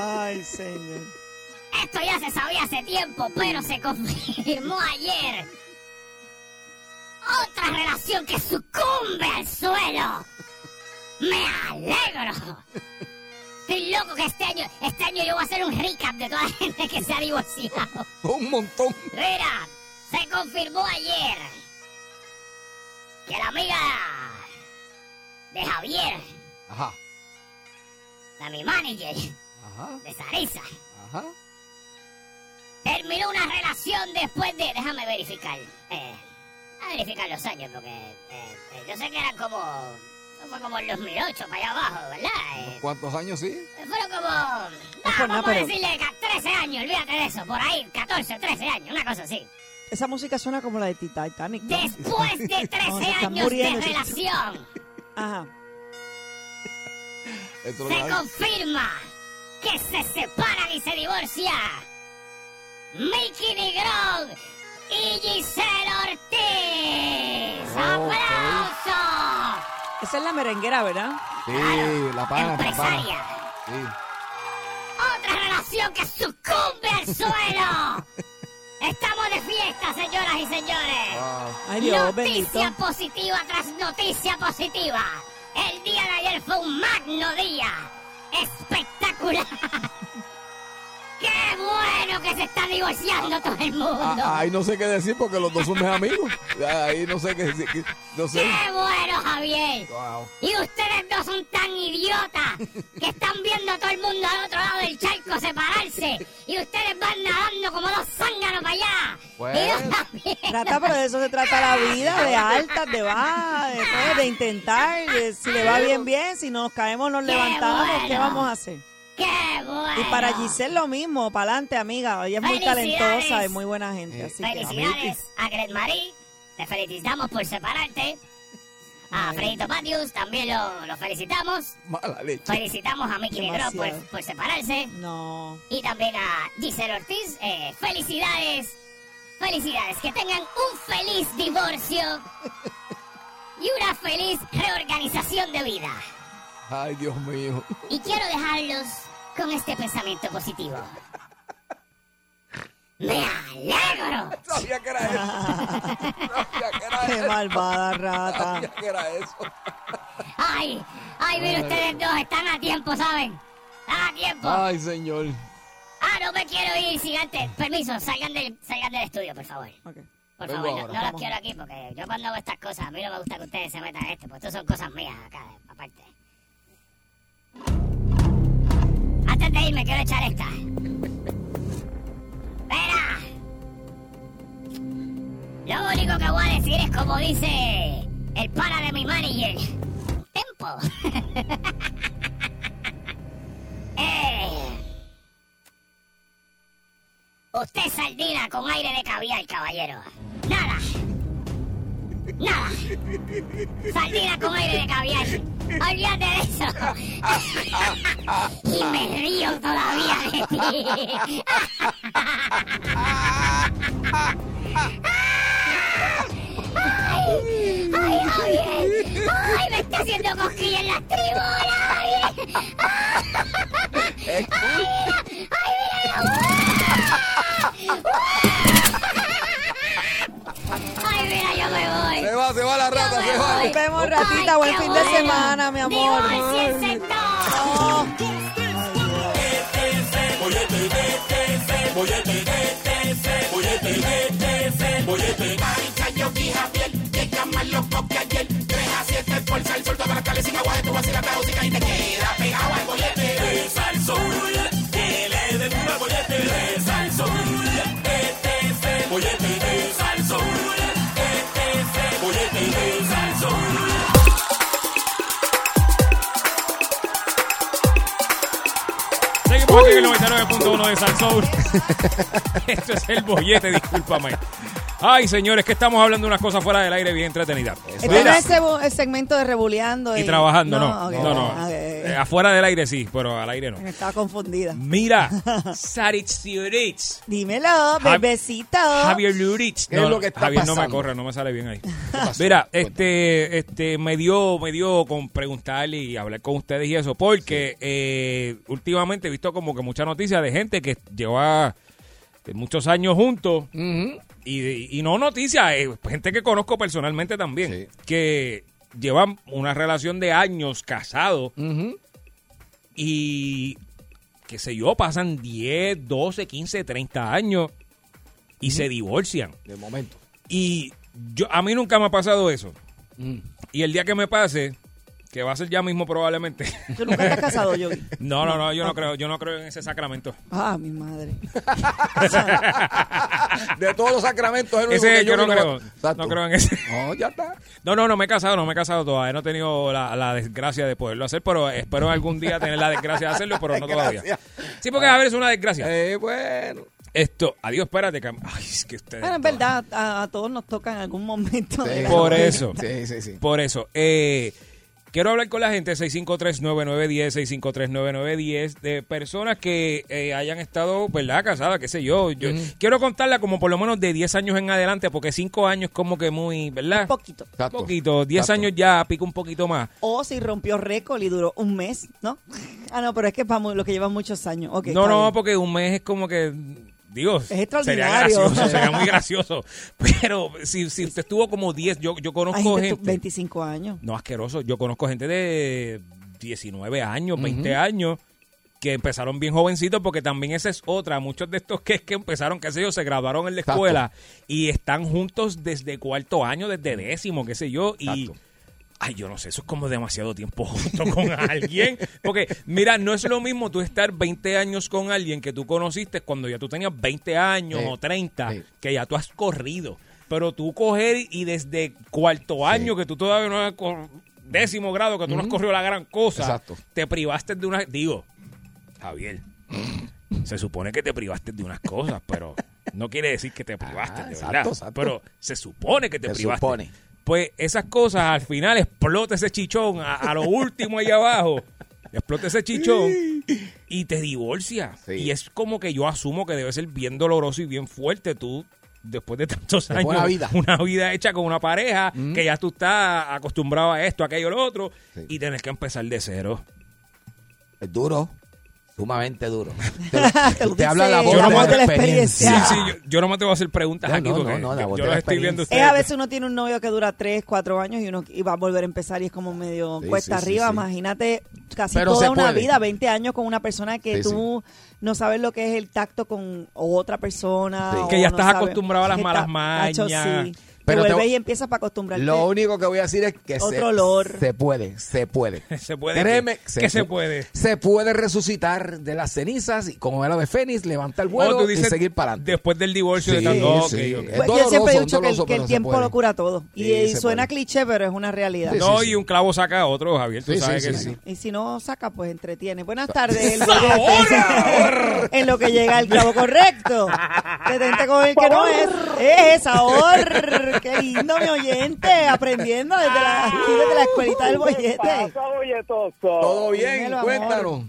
[SPEAKER 4] Ay, señor.
[SPEAKER 5] Esto ya se sabía hace tiempo, pero se confirmó ayer. Otra relación que sucumbe al suelo. Me alegro. Estoy loco que este año, este año yo voy a hacer un recap de toda la gente que se ha divorciado.
[SPEAKER 3] Un montón.
[SPEAKER 5] Mira, se confirmó ayer que la amiga de Javier,
[SPEAKER 3] Ajá.
[SPEAKER 5] la mi manager
[SPEAKER 3] Ajá.
[SPEAKER 5] de Sarisa,
[SPEAKER 3] Ajá.
[SPEAKER 5] terminó una relación después de. Déjame verificar. Eh, a verificar los años, porque eh, eh, yo sé que eran como. no fue como en los 2008 para allá abajo, ¿verdad? Eh,
[SPEAKER 3] ¿Cuántos años sí?
[SPEAKER 5] fueron como.
[SPEAKER 4] No es
[SPEAKER 5] nah,
[SPEAKER 4] por nada,
[SPEAKER 5] vamos a
[SPEAKER 4] pero-
[SPEAKER 5] decirle ca- 13 años, olvídate de eso, por ahí, 14, 13 años, una cosa así.
[SPEAKER 4] Esa música suena como la de Titanic. [LAUGHS] ¿no?
[SPEAKER 5] Después de 13
[SPEAKER 4] se están
[SPEAKER 5] años
[SPEAKER 4] muriendo,
[SPEAKER 5] de
[SPEAKER 4] se-
[SPEAKER 5] relación.
[SPEAKER 4] [LAUGHS] Ajá.
[SPEAKER 3] Esto lo
[SPEAKER 5] Se
[SPEAKER 3] da-
[SPEAKER 5] confirma que se separan y se divorcia. Mickey Negrón y Giselle Ortiz.
[SPEAKER 3] Ok.
[SPEAKER 5] ¡Aplauso!
[SPEAKER 4] Esa es la merenguera, ¿verdad?
[SPEAKER 3] Sí, la pana, la pana.
[SPEAKER 5] Empresaria.
[SPEAKER 3] Sí.
[SPEAKER 5] Otra relación que sucumbe al suelo. Estamos de fiesta, señoras y señores.
[SPEAKER 3] Wow.
[SPEAKER 4] Ay, Dios, bendito.
[SPEAKER 5] noticia positiva tras noticia positiva. El día de ayer fue un magno día. Espectacular. [LAUGHS] Qué bueno que se está divorciando todo el mundo.
[SPEAKER 3] Ah, ahí no sé qué decir porque los dos son mis amigos. Ahí no sé qué decir. qué- No sé.
[SPEAKER 5] Qué bueno, Javier.
[SPEAKER 3] Wow.
[SPEAKER 5] Y ustedes dos son tan idiotas que están viendo a todo el mundo al otro lado del charco separarse. Y ustedes van nadando como dos zánganos para allá. Y no
[SPEAKER 3] Bueno.
[SPEAKER 5] están viendo.
[SPEAKER 4] Trata, pero de eso se trata la vida, de altas, de bajas, de, todo, de intentar, de si le va bien, bien, si nos caemos, nos
[SPEAKER 5] Qué
[SPEAKER 4] levantamos, ¿qué
[SPEAKER 5] bueno.
[SPEAKER 4] vamos a hacer?
[SPEAKER 5] Qué bueno.
[SPEAKER 4] Y para Giselle lo mismo, para adelante, amiga, ella es muy
[SPEAKER 5] Felicidades.
[SPEAKER 4] talentosa y muy buena gente, así que...
[SPEAKER 5] Felicidades a Gret Marie. Te felicitamos por separarte. A Fredito Patius también lo, lo felicitamos.
[SPEAKER 3] Mala leche.
[SPEAKER 5] Felicitamos a Mickey Negro por,
[SPEAKER 4] Demasiado.
[SPEAKER 5] por separarse.
[SPEAKER 4] No,
[SPEAKER 5] Y también a Giselle Ortiz. eh, felicidades. Felicidades. Que tengan un feliz
[SPEAKER 4] [LAUGHS]
[SPEAKER 5] divorcio. Y una feliz reorganización de vida.
[SPEAKER 3] Ay, Dios mío.
[SPEAKER 5] Y quiero dejarlos con este pensamiento positivo. Me alegro
[SPEAKER 3] Sabía que era eso. Sabía que
[SPEAKER 4] [LAUGHS]
[SPEAKER 3] era
[SPEAKER 4] qué
[SPEAKER 3] eso.
[SPEAKER 4] malvada rata.
[SPEAKER 3] Sabía que era eso.
[SPEAKER 5] Ay, ay, miren ustedes dos, están a tiempo, ¿saben? Están a tiempo. Ah,
[SPEAKER 3] Ay, señor.
[SPEAKER 5] no me quiero ir sin antes. Permiso, salgan del, salgan del estudio, por favor.
[SPEAKER 4] Ok.
[SPEAKER 5] Por
[SPEAKER 3] Vengo
[SPEAKER 5] favor, no-
[SPEAKER 3] ahora.
[SPEAKER 5] no, los quiero aquí porque yo cuando hago estas cosas, a mí no me gusta que ustedes se metan en esto, porque esto son cosas mías acá, aparte. Antes de irme, quiero echar esta. Espera. Lo único que voy a decir es como dice el para de mi manager. Tempo. [LAUGHS] eh. Usted es sardina con aire de caviar, caballero. Nada. Nada. Sardina Pues, con aire de caviar. Olvídate de eso. y me río todavía de ti. [LAUGHS] ¡Ay, ay, Javier! ¡Ay, me está haciendo cosquilla en las tribunas, Javier! ¡Ay, mira, yo me voy!
[SPEAKER 3] Se va, se va la rata, se va.
[SPEAKER 4] Nos vemos, ratita, buen fin de semana, mi amor. No.
[SPEAKER 7] Seguimos aquí en el 99.1
[SPEAKER 4] [LAUGHS]
[SPEAKER 7] de Salsoul. Esto es el bollete, discúlpame. Ay, señores, que estamos hablando unas cosas fuera del aire bien entretenidas.
[SPEAKER 4] Este no es el, el segmento de rebuleando
[SPEAKER 7] y trabajando, no. No,
[SPEAKER 4] ok,
[SPEAKER 7] no.
[SPEAKER 4] ok.
[SPEAKER 7] Eh, afuera del aire sí, pero al aire no.
[SPEAKER 4] Me estaba confundida.
[SPEAKER 7] Mira, Saritz Siurich,
[SPEAKER 4] Dímelo,
[SPEAKER 7] Javi-
[SPEAKER 4] bebecito.
[SPEAKER 7] Javier Lurich.
[SPEAKER 3] ¿Qué es lo que está
[SPEAKER 7] Javier, no me
[SPEAKER 3] pasando?
[SPEAKER 7] corra, no me sale bien ahí. [LAUGHS]
[SPEAKER 3] pasó?
[SPEAKER 7] Mira, este, este, me dio, me dio con preguntarle y hablar con ustedes y eso, porque eh, últimamente he visto como que mucha noticia de gente que lleva eh, muchos años juntos
[SPEAKER 3] Ujú.
[SPEAKER 7] y, y no noticias, eh, gente que conozco personalmente también,
[SPEAKER 3] Sí.
[SPEAKER 7] que llevan una relación de años casados
[SPEAKER 3] Ujú.
[SPEAKER 7] y, qué sé yo, pasan 10, 12, 15, 30 años y se divorcian.
[SPEAKER 3] De momento.
[SPEAKER 7] Y yo a mí nunca me ha pasado eso.
[SPEAKER 3] Mm.
[SPEAKER 7] Y el día que me pase, que va a ser ya mismo probablemente.
[SPEAKER 4] Tú nunca estás casado, Yogi.
[SPEAKER 7] [LAUGHS] No, no, no, yo no creo, yo no creo en ese sacramento.
[SPEAKER 4] Ah, mi madre.
[SPEAKER 3] De todos los sacramentos, el único
[SPEAKER 7] Ese
[SPEAKER 3] que
[SPEAKER 7] yo no
[SPEAKER 3] vi
[SPEAKER 7] creo.
[SPEAKER 3] Exacto.
[SPEAKER 7] No creo en ese.
[SPEAKER 3] No, ya está.
[SPEAKER 7] No, no, no me he casado, no me he casado todavía. No he tenido la, la desgracia de poderlo hacer, pero espero algún día tener la desgracia de hacerlo, pero no todavía.
[SPEAKER 3] Desgracia.
[SPEAKER 7] Sí, porque a ver, es una desgracia.
[SPEAKER 3] Eh, bueno.
[SPEAKER 7] Esto, adiós, espérate. que- Ay, es que ustedes.
[SPEAKER 4] Bueno, en verdad, a, a todos nos toca en algún momento. de la
[SPEAKER 7] Por
[SPEAKER 4] vida.
[SPEAKER 7] eso.
[SPEAKER 3] Sí, sí, sí.
[SPEAKER 7] Por eso, eh, Quiero hablar con la gente 653-9910, 653-9910, de personas que eh, hayan estado, ¿verdad? Casadas, qué sé yo. yo Quiero contarla como por lo menos de 10 años en adelante, porque 5 años como que muy, ¿verdad?
[SPEAKER 4] Poquito.
[SPEAKER 3] Exacto.
[SPEAKER 7] poquito, 10
[SPEAKER 3] Exacto.
[SPEAKER 7] años ya, pico un poquito más.
[SPEAKER 4] O si rompió récord y duró un mes, ¿no? Ah, no, pero es que es para mu- lo que llevan muchos años. Ok,
[SPEAKER 7] no,
[SPEAKER 4] está
[SPEAKER 7] no,
[SPEAKER 4] bien.
[SPEAKER 7] porque un mes es como que. Dios,
[SPEAKER 4] Es
[SPEAKER 7] sería
[SPEAKER 4] extraordinario.
[SPEAKER 7] gracioso,
[SPEAKER 4] [LAUGHS]
[SPEAKER 7] sería muy gracioso. Pero si, si usted estuvo como 10, yo, yo
[SPEAKER 4] Hay
[SPEAKER 7] conozco
[SPEAKER 4] gente que
[SPEAKER 7] gente.
[SPEAKER 4] tu- 25 años.
[SPEAKER 7] No, asqueroso. Yo conozco gente de 19 años, 20 años, que empezaron bien jovencitos, porque también esa es otra. Muchos de estos que, que empezaron, qué sé yo, se graduaron en la
[SPEAKER 3] Exacto.
[SPEAKER 7] escuela y están juntos desde cuarto año, desde décimo, qué sé yo, y...
[SPEAKER 3] Exacto.
[SPEAKER 7] Ay, yo no sé, eso es como demasiado tiempo junto con alguien. Porque, mira, no es lo mismo tú estar 20 años con alguien que tú conociste cuando ya tú tenías 20 años
[SPEAKER 3] Sí.
[SPEAKER 7] o 30,
[SPEAKER 3] Sí.
[SPEAKER 7] que ya tú has corrido. Pero tú coger y desde cuarto año, que tú todavía no has cor- décimo grado, que tú no has corrido la gran cosa,
[SPEAKER 3] Exacto.
[SPEAKER 7] te privaste de una... Digo, Javier, se supone que te privaste de unas cosas, pero no quiere decir que te privaste,
[SPEAKER 3] Ah,
[SPEAKER 7] de
[SPEAKER 3] exacto,
[SPEAKER 7] verdad.
[SPEAKER 3] exacto.
[SPEAKER 7] Pero se supone que te
[SPEAKER 3] Se
[SPEAKER 7] privaste.
[SPEAKER 3] supone.
[SPEAKER 7] Pues esas cosas al final explota ese chichón a, a lo último ahí abajo. Explota ese chichón y te divorcia.
[SPEAKER 3] Sí.
[SPEAKER 7] Y es como que yo asumo que debe ser bien doloroso y bien fuerte tú. Después de tantos
[SPEAKER 3] Después
[SPEAKER 7] años,
[SPEAKER 3] una vida. Mm.
[SPEAKER 7] una vida hecha con una pareja que ya tú estás acostumbrado a esto, aquello, lo otro,
[SPEAKER 3] Sí.
[SPEAKER 7] y tienes que empezar de cero.
[SPEAKER 3] [LAUGHS] Es duro, sumamente [LAUGHS] duro.
[SPEAKER 4] Te lo
[SPEAKER 3] Te habla la
[SPEAKER 4] dice
[SPEAKER 3] voz
[SPEAKER 7] Yo
[SPEAKER 3] de
[SPEAKER 7] nomás
[SPEAKER 3] la
[SPEAKER 7] de la
[SPEAKER 4] experiencia.
[SPEAKER 3] experiencia.
[SPEAKER 7] Sí, sí, yo, yo no me atrevo a hacer preguntas
[SPEAKER 3] No,
[SPEAKER 7] aquí
[SPEAKER 3] no,
[SPEAKER 7] porque
[SPEAKER 3] no, no, la
[SPEAKER 7] yo- yo,
[SPEAKER 3] voz de
[SPEAKER 7] las
[SPEAKER 3] la
[SPEAKER 7] estoy viendo a
[SPEAKER 4] Es
[SPEAKER 7] ustedes.
[SPEAKER 4] a veces uno tiene un novio que dura 3, 4 años y uno y va a volver a empezar y es como medio
[SPEAKER 3] Sí,
[SPEAKER 4] cuesta
[SPEAKER 3] sí, sí,
[SPEAKER 4] arriba.
[SPEAKER 3] sí.
[SPEAKER 4] Imagínate casi
[SPEAKER 3] Pero se
[SPEAKER 4] toda una
[SPEAKER 3] puede.
[SPEAKER 4] vida, 20 años con una persona que
[SPEAKER 3] Sí,
[SPEAKER 4] tú no sabes lo que es el tacto con otra persona.
[SPEAKER 3] Sí.
[SPEAKER 4] o
[SPEAKER 7] Que ya
[SPEAKER 4] no
[SPEAKER 7] estás
[SPEAKER 4] sabes-
[SPEAKER 7] acostumbrado a las
[SPEAKER 4] que
[SPEAKER 7] malas
[SPEAKER 4] está- macho,
[SPEAKER 7] mañas.
[SPEAKER 4] sí.
[SPEAKER 3] Ah, Pero
[SPEAKER 4] te
[SPEAKER 3] te-
[SPEAKER 4] vuelves y empiezas para acostumbrarte.
[SPEAKER 3] Lo único que voy a decir es que se,
[SPEAKER 4] Otro olor.
[SPEAKER 3] se puede, se puede.
[SPEAKER 7] [LAUGHS] ¿Se puede
[SPEAKER 3] Créeme,
[SPEAKER 7] qué? ¿Qué se puede?
[SPEAKER 3] Se puede resucitar de las cenizas y como era de Fénix, levantar el vuelo
[SPEAKER 7] Oh, tú
[SPEAKER 3] y
[SPEAKER 7] dices,
[SPEAKER 3] seguir para adelante.
[SPEAKER 7] Después del divorcio de
[SPEAKER 3] Sí,
[SPEAKER 7] tanto. ok,
[SPEAKER 3] sí.
[SPEAKER 7] ok.
[SPEAKER 4] Pues
[SPEAKER 3] Es
[SPEAKER 4] yo
[SPEAKER 3] doloroso,
[SPEAKER 4] siempre he
[SPEAKER 3] un
[SPEAKER 4] dicho que el-
[SPEAKER 3] doloroso,
[SPEAKER 4] que el,
[SPEAKER 3] pero se
[SPEAKER 4] tiempo
[SPEAKER 3] puede.
[SPEAKER 4] lo cura todo. Y,
[SPEAKER 3] Sí,
[SPEAKER 4] eh,
[SPEAKER 3] se
[SPEAKER 4] suena
[SPEAKER 3] puede.
[SPEAKER 4] cliché, pero es una realidad.
[SPEAKER 3] Sí,
[SPEAKER 7] No,
[SPEAKER 3] sí,
[SPEAKER 7] y
[SPEAKER 3] sí.
[SPEAKER 7] un clavo saca a otro, Javier. Tú
[SPEAKER 3] Sí, sí,
[SPEAKER 7] sabes que
[SPEAKER 3] sí,
[SPEAKER 7] sí.
[SPEAKER 3] sí.
[SPEAKER 4] Y si no saca, pues entretiene. Buenas
[SPEAKER 3] [LAUGHS]
[SPEAKER 4] tardes. el bollete. [LAUGHS] en lo que llega el clavo correcto. Detente con el que no es. Es sabor. Qué lindo, mi oyente. Aprendiendo desde la, aquí, desde la escuelita del bollete.
[SPEAKER 3] Todo bien,
[SPEAKER 4] Dímelo, amor.
[SPEAKER 3] cuéntanos.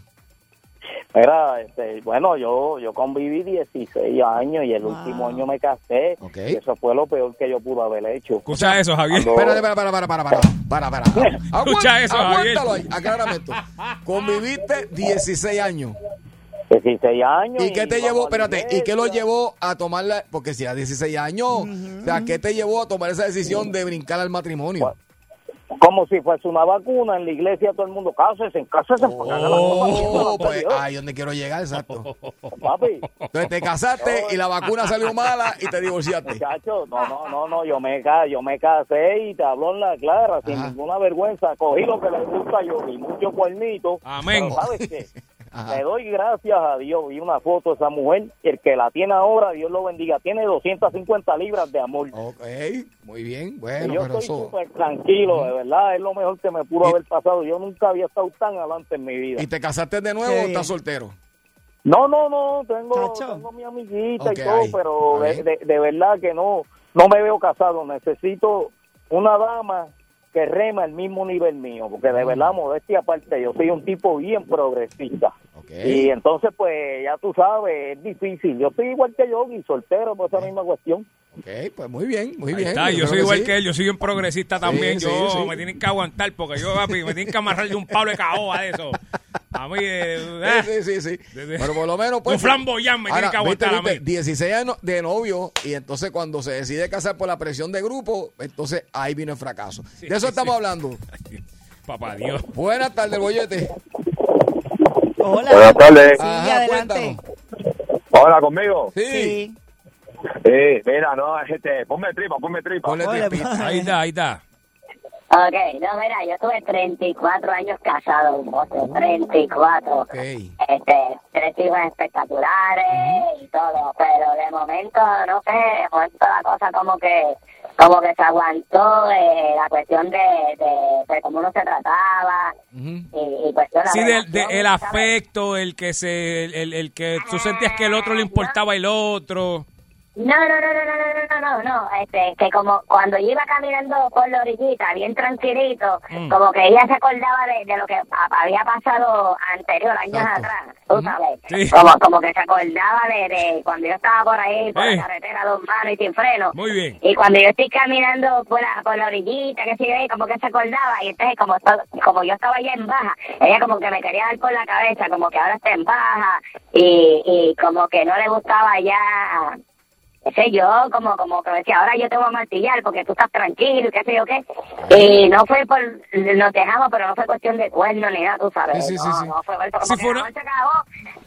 [SPEAKER 8] Mira, este, bueno, yo, yo conviví 16 años y el
[SPEAKER 4] Wow.
[SPEAKER 8] último año me casé.
[SPEAKER 3] Ok.
[SPEAKER 8] Y eso fue lo peor que yo pude haber hecho.
[SPEAKER 7] Escucha eso, Javier.
[SPEAKER 8] Ando-
[SPEAKER 3] Espérate, para, para, para, para, para, para, para. Aguanta-
[SPEAKER 7] [LAUGHS] Escucha eso, Javier.
[SPEAKER 3] aguántalo ahí,
[SPEAKER 7] [LAUGHS]
[SPEAKER 3] aclárame esto. Conviviste 16 años.
[SPEAKER 8] 16 años.
[SPEAKER 3] ¿Y qué te
[SPEAKER 8] vamos
[SPEAKER 3] llevó,
[SPEAKER 8] a la
[SPEAKER 3] espérate, y qué lo
[SPEAKER 8] iglesia.
[SPEAKER 3] llevó a tomar la, porque si a 16 años, o sea, ¿qué te llevó a tomar esa decisión de brincar al matrimonio?
[SPEAKER 8] Como si fuese una vacuna en la iglesia, todo el mundo cásese, cásese. porque haga la
[SPEAKER 3] Oh,
[SPEAKER 8] cosa
[SPEAKER 3] pues
[SPEAKER 8] bien,
[SPEAKER 3] ahí donde quiero llegar, exacto.
[SPEAKER 8] Oh, Papi, eh.
[SPEAKER 3] Entonces te casaste y la vacuna salió mala y te divorciaste.
[SPEAKER 8] muchacho, no, no, no, no, yo me, ca- yo me casé y te hablo en la clara, sin
[SPEAKER 3] Ajá.
[SPEAKER 8] ninguna vergüenza. Cogí lo que le gusta yo y mucho cuernito.
[SPEAKER 7] Amén.
[SPEAKER 8] Pero, ¿sabes [LAUGHS] qué?
[SPEAKER 3] Ajá.
[SPEAKER 8] Le doy gracias a Dios. Vi una foto de esa mujer. El que la tiene ahora, Dios lo bendiga. Tiene 250 libras de amor.
[SPEAKER 3] Ok, muy bien,
[SPEAKER 8] Y
[SPEAKER 3] bueno,
[SPEAKER 8] yo
[SPEAKER 3] pero
[SPEAKER 8] estoy
[SPEAKER 3] eso.
[SPEAKER 8] súper tranquilo, de verdad. Es lo mejor que me pudo
[SPEAKER 3] Y-
[SPEAKER 8] haber pasado. Yo nunca había estado tan adelante en mi vida.
[SPEAKER 3] ¿Y te casaste de nuevo
[SPEAKER 4] Qué
[SPEAKER 3] o
[SPEAKER 4] bien.
[SPEAKER 3] estás soltero?
[SPEAKER 8] No, no, no. Tengo,
[SPEAKER 4] Chacho.
[SPEAKER 8] tengo mi amiguita
[SPEAKER 3] Ok,
[SPEAKER 8] y todo,
[SPEAKER 3] ahí.
[SPEAKER 8] pero
[SPEAKER 3] Ahí.
[SPEAKER 8] de, de- de verdad que no, no me veo casado. Necesito una dama que rema el mismo nivel mío, porque
[SPEAKER 3] Mm.
[SPEAKER 8] de verdad, modestia aparte, yo soy un tipo bien progresista.
[SPEAKER 3] Ok.
[SPEAKER 8] Y entonces, pues, ya tú sabes, es difícil. Yo estoy igual que yo, y soltero por esa misma cuestión.
[SPEAKER 3] Ok, pues muy bien, muy
[SPEAKER 7] Ahí
[SPEAKER 3] bien.
[SPEAKER 7] está, yo,
[SPEAKER 3] creo
[SPEAKER 7] soy igual
[SPEAKER 3] sí.
[SPEAKER 7] que él, yo soy un progresista también.
[SPEAKER 3] sí,
[SPEAKER 7] yo
[SPEAKER 3] sí.
[SPEAKER 7] me tienen que aguantar porque yo, papi, me tienen que amarrar de un palo de caoba de eso. A mí, eh,
[SPEAKER 3] Sí, sí, sí, sí.
[SPEAKER 7] De- de-
[SPEAKER 3] Pero por lo menos, pues.
[SPEAKER 7] Un flamboyán me tiene que
[SPEAKER 3] viste,
[SPEAKER 7] aguantar a mí.
[SPEAKER 3] viste, 16 años de novio, y entonces cuando se decide casar por la presión de grupo, entonces ahí vino el fracaso. de eso
[SPEAKER 7] sí,
[SPEAKER 3] estamos
[SPEAKER 7] sí.
[SPEAKER 3] hablando.
[SPEAKER 7] papá Dios.
[SPEAKER 3] Buenas tardes, bollete.
[SPEAKER 4] Hola.
[SPEAKER 9] Buenas tardes.
[SPEAKER 4] Sí,
[SPEAKER 3] Ajá,
[SPEAKER 4] adelante.
[SPEAKER 3] cuéntanos.
[SPEAKER 9] Hola, conmigo.
[SPEAKER 3] Sí.
[SPEAKER 4] Sí.
[SPEAKER 9] Sí, mira, no, gente, ponme tripa, ponme tripa.
[SPEAKER 3] Ponle
[SPEAKER 4] Hola,
[SPEAKER 3] tripita.
[SPEAKER 4] pa.
[SPEAKER 7] Ahí está, ahí está.
[SPEAKER 5] Ok, no, mira, yo tuve 34 años casado, mozo, 34.
[SPEAKER 3] Ok.
[SPEAKER 5] Este, tres hijos espectaculares y todo, pero de momento, no sé, de momento la cosa como que, como que se aguantó eh, la cuestión de, de, de cómo uno se trataba
[SPEAKER 10] Eh,
[SPEAKER 5] y, y
[SPEAKER 10] pues,
[SPEAKER 5] cuestión
[SPEAKER 7] Eh, Sí,
[SPEAKER 5] de,
[SPEAKER 7] del- de- el
[SPEAKER 10] Ah,
[SPEAKER 7] afecto, el que se, el, el que tú sentías que el otro le importaba el otro.
[SPEAKER 10] No, no, no, no, no, no, no, no, no, este, que como cuando yo iba caminando por la orillita, bien tranquilito,
[SPEAKER 2] Mm.
[SPEAKER 10] como que ella se acordaba de, de lo que a- había pasado anterior, años atrás, tú sabes,
[SPEAKER 2] Sí.
[SPEAKER 10] como, como que se acordaba de, de cuando yo estaba por ahí, por
[SPEAKER 2] Eh.
[SPEAKER 10] la carretera, dos manos y sin freno,
[SPEAKER 2] Muy bien.
[SPEAKER 10] y cuando yo estoy caminando por la, por la orillita, que sé yo, y como que se acordaba, y entonces como, to- como yo estaba ya en baja, ella como que me quería dar por la cabeza, como que ahora está en baja, y, y como que no le gustaba ya qué sé yo, como, como que decía, ahora yo te voy a martillar porque tú estás tranquilo y qué sé yo qué. Y no fue por, nos dejamos, pero no fue cuestión de cuerno ni nada, tú sabes.
[SPEAKER 7] Sí, sí, sí,
[SPEAKER 10] no,
[SPEAKER 7] sí.
[SPEAKER 10] no fue por- como
[SPEAKER 7] Sí,
[SPEAKER 10] que
[SPEAKER 7] fue
[SPEAKER 10] la
[SPEAKER 7] una-
[SPEAKER 10] noche acabó.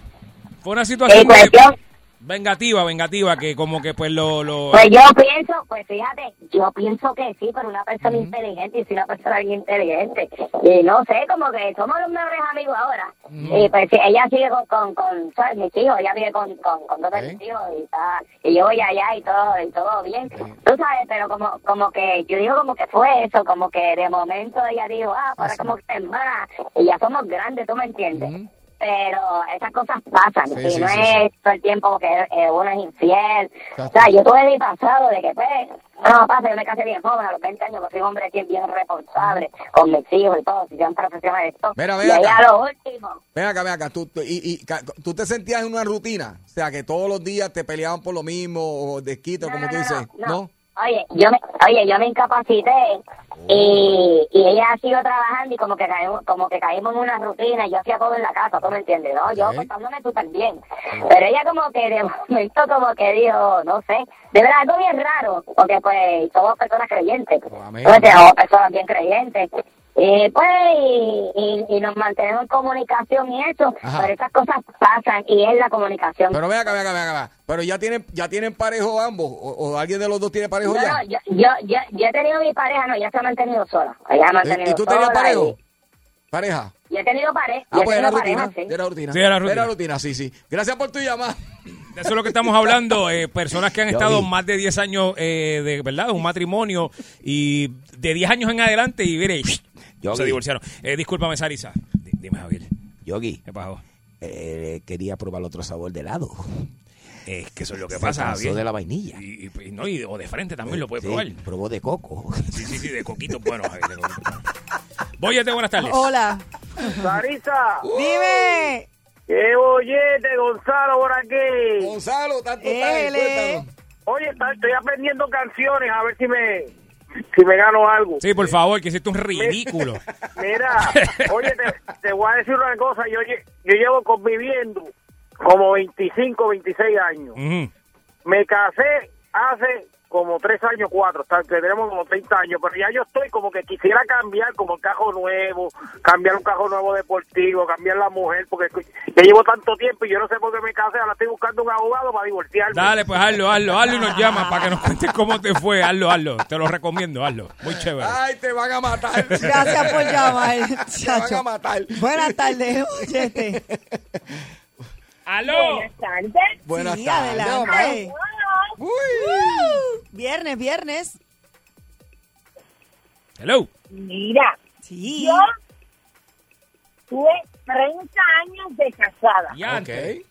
[SPEAKER 7] Fue una situación
[SPEAKER 10] Eh, pues
[SPEAKER 7] que-
[SPEAKER 10] yo-
[SPEAKER 7] vengativa, vengativa, que como que pues lo... lo-
[SPEAKER 10] Pues yo pienso, pues fíjate, yo pienso que sí, pero una persona inteligente y si una persona bien inteligente. Y no sé, como que somos los mejores amigos ahora. Y pues sí, ella sigue con, con, con ¿sabes? mis hijos, ella vive con, con, con dos de mis hijos y, está, y yo voy allá y todo, y todo bien. Tú sabes, pero como, como que yo digo como que fue eso, como que de momento ella dijo, ah, ahora como que es más, y ya somos grandes, ¿tú me entiendes? Pero esas cosas pasan,
[SPEAKER 2] Sí,
[SPEAKER 10] y
[SPEAKER 2] sí,
[SPEAKER 10] no
[SPEAKER 2] sí,
[SPEAKER 10] es todo el tiempo que eh, uno es infiel. O sea, yo tuve mi pasado de que, pues, no, pasa, yo me casé bien joven, a los 20 años, pues, soy un hombre bien, bien responsable, con mis hijos y todo, si sean profesionales, todo.
[SPEAKER 3] Mira,
[SPEAKER 10] y
[SPEAKER 3] mira
[SPEAKER 10] ahí
[SPEAKER 3] acá.
[SPEAKER 10] a lo último,
[SPEAKER 3] Ven acá, ven acá. Tú, tú- y, y ca- ¿Tú te sentías en una rutina? O sea, que todos los días te peleaban por lo mismo o desquito, como tú dices.
[SPEAKER 10] no,
[SPEAKER 3] ¿No?
[SPEAKER 10] oye, yo me, oye, yo me incapacité y, y ella siguió trabajando y como que caímos, como que caímos en una rutina y yo hacía todo en la casa, ¿tú me entiendes? No, yo
[SPEAKER 2] Ok.
[SPEAKER 10] portándome súper bien. Pero ella como que de [LAUGHS] momento como que dijo, no sé, de verdad algo bien raro, porque pues somos personas creyentes. Entonces, somos personas bien creyentes. Y pues, y, y- y nos mantenemos en comunicación y eso, pero esas cosas pasan y es la comunicación.
[SPEAKER 3] Pero ven acá, ven acá, ven acá. ven acá. Pero ya tienen, ya tienen parejo ambos. O, o alguien de los dos tiene parejo
[SPEAKER 10] No,
[SPEAKER 3] ya?
[SPEAKER 10] no, yo, yo, yo, yo he tenido mi pareja, no, ya se ha mantenido sola. Ella se ha
[SPEAKER 3] Eh, ¿Y-
[SPEAKER 10] mantenido
[SPEAKER 3] ¿Y tú tenías
[SPEAKER 10] sola
[SPEAKER 3] parejo? Pareja.
[SPEAKER 10] y- Yo he tenido pareja.
[SPEAKER 3] Ah,
[SPEAKER 10] yo he
[SPEAKER 3] pues era
[SPEAKER 10] tenido
[SPEAKER 3] rutina.
[SPEAKER 10] pareja, sí.
[SPEAKER 3] Era rutina.
[SPEAKER 7] Sí, era rutina.
[SPEAKER 3] Ah, sí, sí. Gracias por tu llamada.
[SPEAKER 7] de Eso es lo que estamos hablando, eh, personas que han
[SPEAKER 3] Yo
[SPEAKER 7] estado
[SPEAKER 3] vi.
[SPEAKER 7] más de 10 años eh, de verdad, de un matrimonio y de 10 años en adelante y mire,
[SPEAKER 11] Yo
[SPEAKER 7] se
[SPEAKER 11] vi.
[SPEAKER 7] divorciaron. Eh, discúlpame, Sarisa. D- Dime, Javier.
[SPEAKER 11] Yogi,
[SPEAKER 7] ¿Qué pasó?
[SPEAKER 11] eh, quería probar otro sabor de helado.
[SPEAKER 7] Es que eso es lo que
[SPEAKER 11] Se
[SPEAKER 7] pasa,
[SPEAKER 11] cansó
[SPEAKER 7] Javier.
[SPEAKER 11] de la vainilla.
[SPEAKER 7] Y, y- y no, y- o de frente también
[SPEAKER 3] Eh,
[SPEAKER 7] lo puedes
[SPEAKER 11] Sí,
[SPEAKER 7] probar.
[SPEAKER 11] Probó de
[SPEAKER 7] [LAUGHS]
[SPEAKER 11] coco.
[SPEAKER 7] Sí, sí, sí, de coquito. Bueno, Javier. de coquito. Boyete, buenas tardes.
[SPEAKER 4] Hola.
[SPEAKER 12] Sarisa.
[SPEAKER 4] Dime.
[SPEAKER 12] ¡Qué bollete, Gonzalo, por aquí!
[SPEAKER 3] Gonzalo, tanto
[SPEAKER 4] Ele.
[SPEAKER 12] tal, Oye, ta- estoy aprendiendo canciones, a ver si me, si me gano algo.
[SPEAKER 7] Sí, por favor, que hiciste un ridículo.
[SPEAKER 12] Mira, oye, te, te voy a decir una cosa, yo, lle- yo llevo conviviendo como 25, 26 años.
[SPEAKER 7] Ujú.
[SPEAKER 12] Me casé hace como 3 años, 4, hasta que tenemos como 30 años, pero ya yo estoy como que quisiera cambiar como el cajo nuevo, cambiar un cajo nuevo deportivo, cambiar la mujer, porque yo llevo tanto tiempo y yo no sé por qué me casé, ahora estoy buscando un abogado para divorciarme.
[SPEAKER 7] Dale, pues hazlo, hazlo, hazlo y nos llamas para que nos cuentes cómo te fue. Hazlo, hazlo. Te lo recomiendo, hazlo. Muy chévere.
[SPEAKER 3] Ay, te van a matar.
[SPEAKER 4] Gracias
[SPEAKER 3] [LAUGHS]
[SPEAKER 4] por llamar,
[SPEAKER 3] Te van a
[SPEAKER 4] chacho.
[SPEAKER 3] matar.
[SPEAKER 4] Buenas tardes, oyete.
[SPEAKER 7] ¡Aló!
[SPEAKER 4] Buenas tardes.
[SPEAKER 3] Buenas
[SPEAKER 4] sí,
[SPEAKER 3] tardes,
[SPEAKER 4] [LAUGHS] adelante.
[SPEAKER 3] mamá.
[SPEAKER 4] Uh, Viernes, viernes.
[SPEAKER 7] Hello.
[SPEAKER 13] Mira, yo tuve 30 años de casada.
[SPEAKER 7] Ok.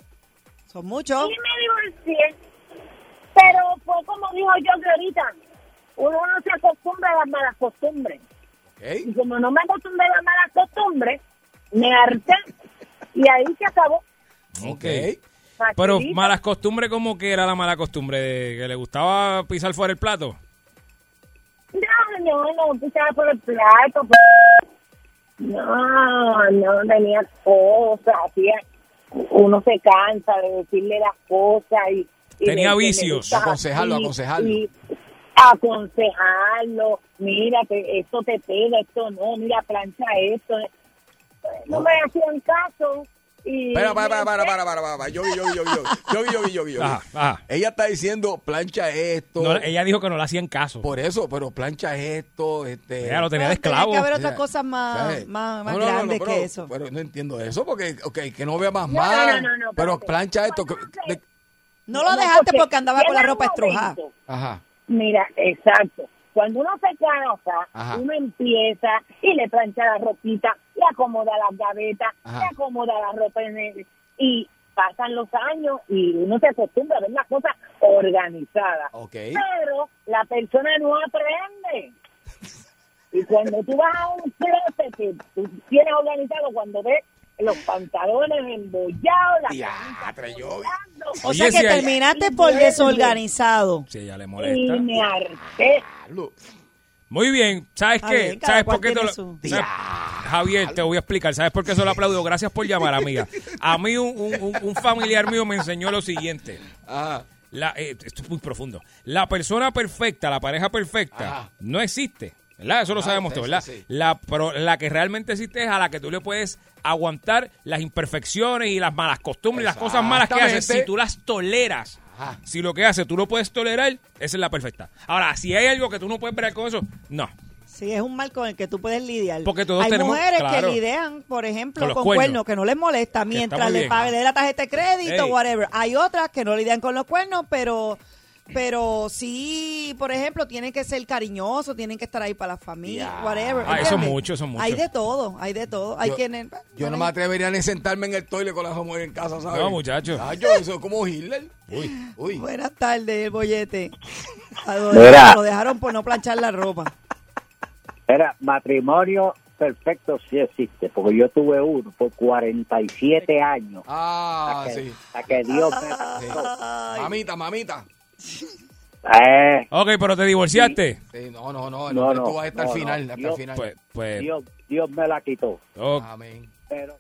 [SPEAKER 4] Son muchos.
[SPEAKER 13] Y me divorcié. Pero fue como dijo yo que ahorita, uno no se acostumbra a las malas costumbres. Y como no me acostumbré a las malas costumbres, me harté y ahí se acabó.
[SPEAKER 7] Ok. Pero
[SPEAKER 13] Facilita.
[SPEAKER 7] malas costumbres, ¿cómo que era la mala costumbre? ¿De ¿Que le gustaba pisar fuera el plato?
[SPEAKER 13] No, no, no, pisaba por el plato. pues. No, no, tenía cosas, hacía, uno se cansa de decirle las cosas y... y
[SPEAKER 7] Tenía
[SPEAKER 13] le- le
[SPEAKER 7] vicios.
[SPEAKER 13] gusta
[SPEAKER 3] Aconsejarlo,
[SPEAKER 13] así,
[SPEAKER 3] aconsejarlo.
[SPEAKER 13] y aconsejarlo, mira, que esto te pega, esto no, mira, plancha esto. No me hacían caso. Y
[SPEAKER 3] Espera, para, para, para, para, para, para, para. Yogi, yogi, yogi, yogi. Yogi, yogi, yogi, yogi.
[SPEAKER 7] Ajá, ajá.
[SPEAKER 3] Ella está diciendo, plancha esto.
[SPEAKER 7] No, ella dijo que no le hacían caso.
[SPEAKER 3] Por eso, pero plancha esto, este...
[SPEAKER 7] Ella lo tenía de
[SPEAKER 4] Tiene
[SPEAKER 7] esclavo.
[SPEAKER 4] que haber
[SPEAKER 3] Ya.
[SPEAKER 4] otras cosas más,
[SPEAKER 3] ¿Sabes?
[SPEAKER 4] más, más
[SPEAKER 3] No, no, no, no,
[SPEAKER 4] grandes
[SPEAKER 3] pero-
[SPEAKER 4] que eso.
[SPEAKER 3] Pero no entiendo eso, porque, ok, que no vea más
[SPEAKER 4] No,
[SPEAKER 3] mal.
[SPEAKER 4] no, no, no, no,
[SPEAKER 3] pero plancha esto. que- de-
[SPEAKER 4] No lo dejaste porque andaba con la
[SPEAKER 13] llega un
[SPEAKER 4] ropa estrujada.
[SPEAKER 13] momento
[SPEAKER 3] Ajá.
[SPEAKER 13] Mira, exacto. Cuando uno se casa,
[SPEAKER 3] Ajá.
[SPEAKER 13] uno empieza y le plancha la ropita, le acomoda las gavetas,
[SPEAKER 2] Ajá.
[SPEAKER 13] le acomoda la ropa en el- y pasan los años [LAUGHS] y uno se acostumbra a ver las cosas organizadas.
[SPEAKER 3] Ok.
[SPEAKER 13] Pero la persona no aprende. Y cuando tú vas a un closet que tú tienes organizado, cuando ves los pantalones embollados, las
[SPEAKER 3] Diatre, yo.
[SPEAKER 4] O sea que terminaste por desorganizado.
[SPEAKER 7] Si ella le
[SPEAKER 13] y
[SPEAKER 7] molesta.
[SPEAKER 13] me harté.
[SPEAKER 7] Muy bien, ¿sabes
[SPEAKER 4] Está
[SPEAKER 7] qué?
[SPEAKER 4] bien, cada
[SPEAKER 7] ¿Sabes
[SPEAKER 4] cual
[SPEAKER 7] por qué te
[SPEAKER 4] tiene
[SPEAKER 7] lo-
[SPEAKER 4] su-
[SPEAKER 7] ¿sabes? Javier, te voy a explicar, ¿sabes por qué se lo aplaudo? Gracias por llamar, amiga. A mí un, un- un- un familiar mío me enseñó lo siguiente. La- eh, esto es muy profundo. La persona perfecta, la pareja perfecta, no existe. ¿Verdad? Eso lo sabemos
[SPEAKER 3] sí,
[SPEAKER 7] todos,
[SPEAKER 3] Ah, sí,
[SPEAKER 7] ¿verdad?
[SPEAKER 3] sí.
[SPEAKER 7] La, pro- la que realmente existe es a la que tú le puedes aguantar las imperfecciones y las malas costumbres, y las cosas malas que haces. Si
[SPEAKER 3] Exactamente.
[SPEAKER 7] tú las toleras, si lo que hace tú lo puedes tolerar, esa es la perfecta. Ahora, si hay algo que tú no puedes ver con eso, no.
[SPEAKER 4] Sí, es un mal con el que tú puedes lidiar.
[SPEAKER 7] Porque todos
[SPEAKER 4] Hay
[SPEAKER 7] tenemos-
[SPEAKER 4] mujeres
[SPEAKER 7] claro.
[SPEAKER 4] que lidian, por ejemplo,
[SPEAKER 7] Con
[SPEAKER 4] con,
[SPEAKER 7] los
[SPEAKER 4] cuernos.
[SPEAKER 7] cuernos,
[SPEAKER 4] que no les molesta
[SPEAKER 7] muy
[SPEAKER 4] mientras le
[SPEAKER 7] bien.
[SPEAKER 4] paguen la tarjeta de crédito,
[SPEAKER 7] Ey.
[SPEAKER 4] whatever. Hay otras que no lidian con los cuernos, pero pero sí, por ejemplo, tienen que ser cariñosos, tienen que estar ahí para la familia, whatever.
[SPEAKER 7] Ah, eso
[SPEAKER 4] ¿entiendes?
[SPEAKER 7] mucho, eso mucho.
[SPEAKER 4] Hay de todo, hay de todo. Hay
[SPEAKER 3] Yo-
[SPEAKER 4] quienes...
[SPEAKER 3] Yo no me atrevería ni sentarme en el toile con las mujeres en casa, ¿sabes?
[SPEAKER 7] No, muchacho.
[SPEAKER 3] Ah, yo soy como Hitler. Uy, uy.
[SPEAKER 4] Buenas tardes, el bollete. A lo-
[SPEAKER 14] Mira.
[SPEAKER 4] Lo dejaron por no planchar la ropa.
[SPEAKER 14] Era matrimonio perfecto sí existe, porque yo tuve uno por 47 años.
[SPEAKER 3] Ah,
[SPEAKER 14] Hasta que-
[SPEAKER 3] sí.
[SPEAKER 14] hasta que Dios me
[SPEAKER 3] Sí. Mamita, mamita.
[SPEAKER 14] Eh,
[SPEAKER 7] Ok, pero te divorciaste.
[SPEAKER 3] Sí, no, no, no.
[SPEAKER 14] No,
[SPEAKER 3] No,
[SPEAKER 14] no,
[SPEAKER 3] tú vas hasta
[SPEAKER 14] no,
[SPEAKER 3] el final,
[SPEAKER 14] no.
[SPEAKER 3] hasta
[SPEAKER 14] Yo-
[SPEAKER 3] el final.
[SPEAKER 7] Pues, pues.
[SPEAKER 14] Dios, Dios me la quitó.
[SPEAKER 7] ok.
[SPEAKER 3] Amén.
[SPEAKER 14] Pero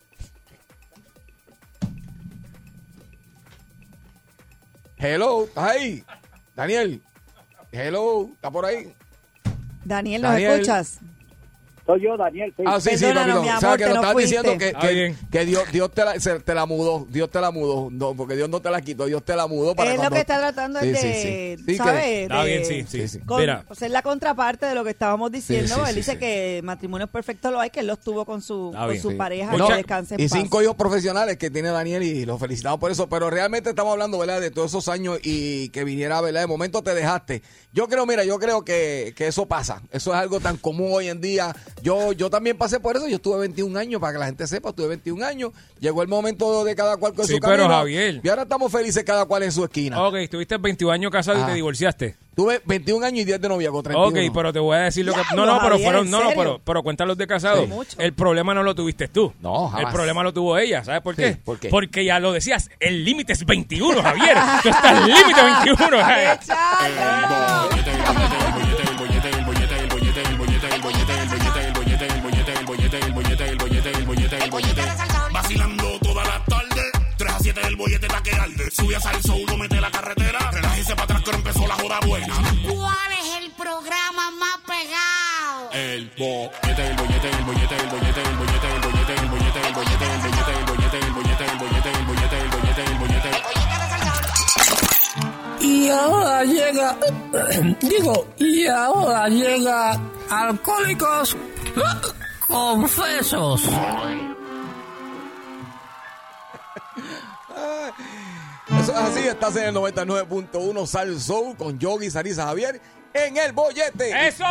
[SPEAKER 3] Hello, ¿estás ahí? Daniel. Hello, ¿estás por ahí?
[SPEAKER 4] Daniel, ¿nos
[SPEAKER 3] Daniel.
[SPEAKER 4] escuchas?
[SPEAKER 14] Soy yo, Daniel. sí.
[SPEAKER 3] Ah, sí, sí,
[SPEAKER 4] Perdónanos,
[SPEAKER 3] papito.
[SPEAKER 4] mi
[SPEAKER 3] O sea,
[SPEAKER 4] amor,
[SPEAKER 3] que
[SPEAKER 4] te
[SPEAKER 3] lo
[SPEAKER 4] nos
[SPEAKER 3] estás
[SPEAKER 4] fuiste.
[SPEAKER 3] diciendo que,
[SPEAKER 7] Ah,
[SPEAKER 3] que,
[SPEAKER 7] bien.
[SPEAKER 3] que Dios, Dios te, la, se- te la mudó. Dios te la mudó. No, porque Dios no te la quitó. Dios te la mudó para
[SPEAKER 4] Es lo
[SPEAKER 3] cuando-
[SPEAKER 4] que está tratando
[SPEAKER 3] Sí,
[SPEAKER 4] es
[SPEAKER 3] sí,
[SPEAKER 4] de,
[SPEAKER 3] sí. Sí, que-
[SPEAKER 4] ¿sabes?
[SPEAKER 7] Está
[SPEAKER 4] De-
[SPEAKER 7] bien, sí, sí.
[SPEAKER 4] con-
[SPEAKER 7] Mira,
[SPEAKER 4] o sea, es la contraparte de lo que estábamos diciendo.
[SPEAKER 3] sí,
[SPEAKER 4] él
[SPEAKER 3] sí,
[SPEAKER 4] dice
[SPEAKER 3] sí.
[SPEAKER 4] que matrimonios perfectos lo hay, que él los tuvo con su,
[SPEAKER 3] Está
[SPEAKER 4] con
[SPEAKER 3] bien,
[SPEAKER 4] su
[SPEAKER 3] sí.
[SPEAKER 4] pareja
[SPEAKER 3] Mucha-
[SPEAKER 4] que descanse en
[SPEAKER 3] y
[SPEAKER 4] paz.
[SPEAKER 3] cinco hijos profesionales que tiene Daniel y los felicitamos por eso. Pero realmente estamos hablando, ¿verdad? De todos esos años y que viniera, ¿verdad? De momento te dejaste. Yo creo, mira, yo creo que, que eso pasa. Eso es algo tan común hoy en día. Yo, yo también pasé por eso. Yo estuve 21 años, para que la gente sepa, estuve 21 años. Llegó el momento de cada cual con
[SPEAKER 7] Sí,
[SPEAKER 3] su
[SPEAKER 7] pero
[SPEAKER 3] camino.
[SPEAKER 7] Javier.
[SPEAKER 3] Y ahora estamos felices cada cual en su esquina.
[SPEAKER 7] ok, estuviste 21 años casado y
[SPEAKER 3] Ajá.
[SPEAKER 7] te divorciaste.
[SPEAKER 3] Tuve 21 años y 10 de noviazgo, 31.
[SPEAKER 7] Ok, pero te voy a decir lo que... No,
[SPEAKER 3] Diablo,
[SPEAKER 7] no, pero
[SPEAKER 3] Javier,
[SPEAKER 7] fueron...
[SPEAKER 3] ¿en
[SPEAKER 7] No, no,
[SPEAKER 3] serio?
[SPEAKER 7] pero, pero cuenta los de casado.
[SPEAKER 3] Sí. Mucho.
[SPEAKER 7] El problema no lo tuviste tú.
[SPEAKER 3] No, jamás.
[SPEAKER 7] El problema lo tuvo ella, ¿sabes por
[SPEAKER 3] Sí,
[SPEAKER 7] qué?
[SPEAKER 3] ¿por qué?
[SPEAKER 7] Porque ya lo decías, el límite es 21, Javier. Tú estás al límite
[SPEAKER 3] [LAUGHS]
[SPEAKER 7] 21. Javier.
[SPEAKER 15] Vacilando toda la tarde, 3 a 7 del bollete pa' que arde. Sube a salso, uno mete la carretera. Relájese para atrás que ahora empezó la joda buena.
[SPEAKER 2] ¿Cuál es el programa más pegado?
[SPEAKER 15] El bollete, el bollete, el bollete, el bollete, el bollete, el bollete, el bollete, el bollete, el bollete, el bollete, el bollete, el bollete, el bollete, el bollete, el bollete.
[SPEAKER 16] Y ahora llega, [CLEARS THROAT] digo, y ahora llega Alcohólicos Confesos.
[SPEAKER 3] Eso es así, estás en el 99.1 Sal Soul con Yogi Sarisa Javier en el bollete.
[SPEAKER 7] ¡Eso!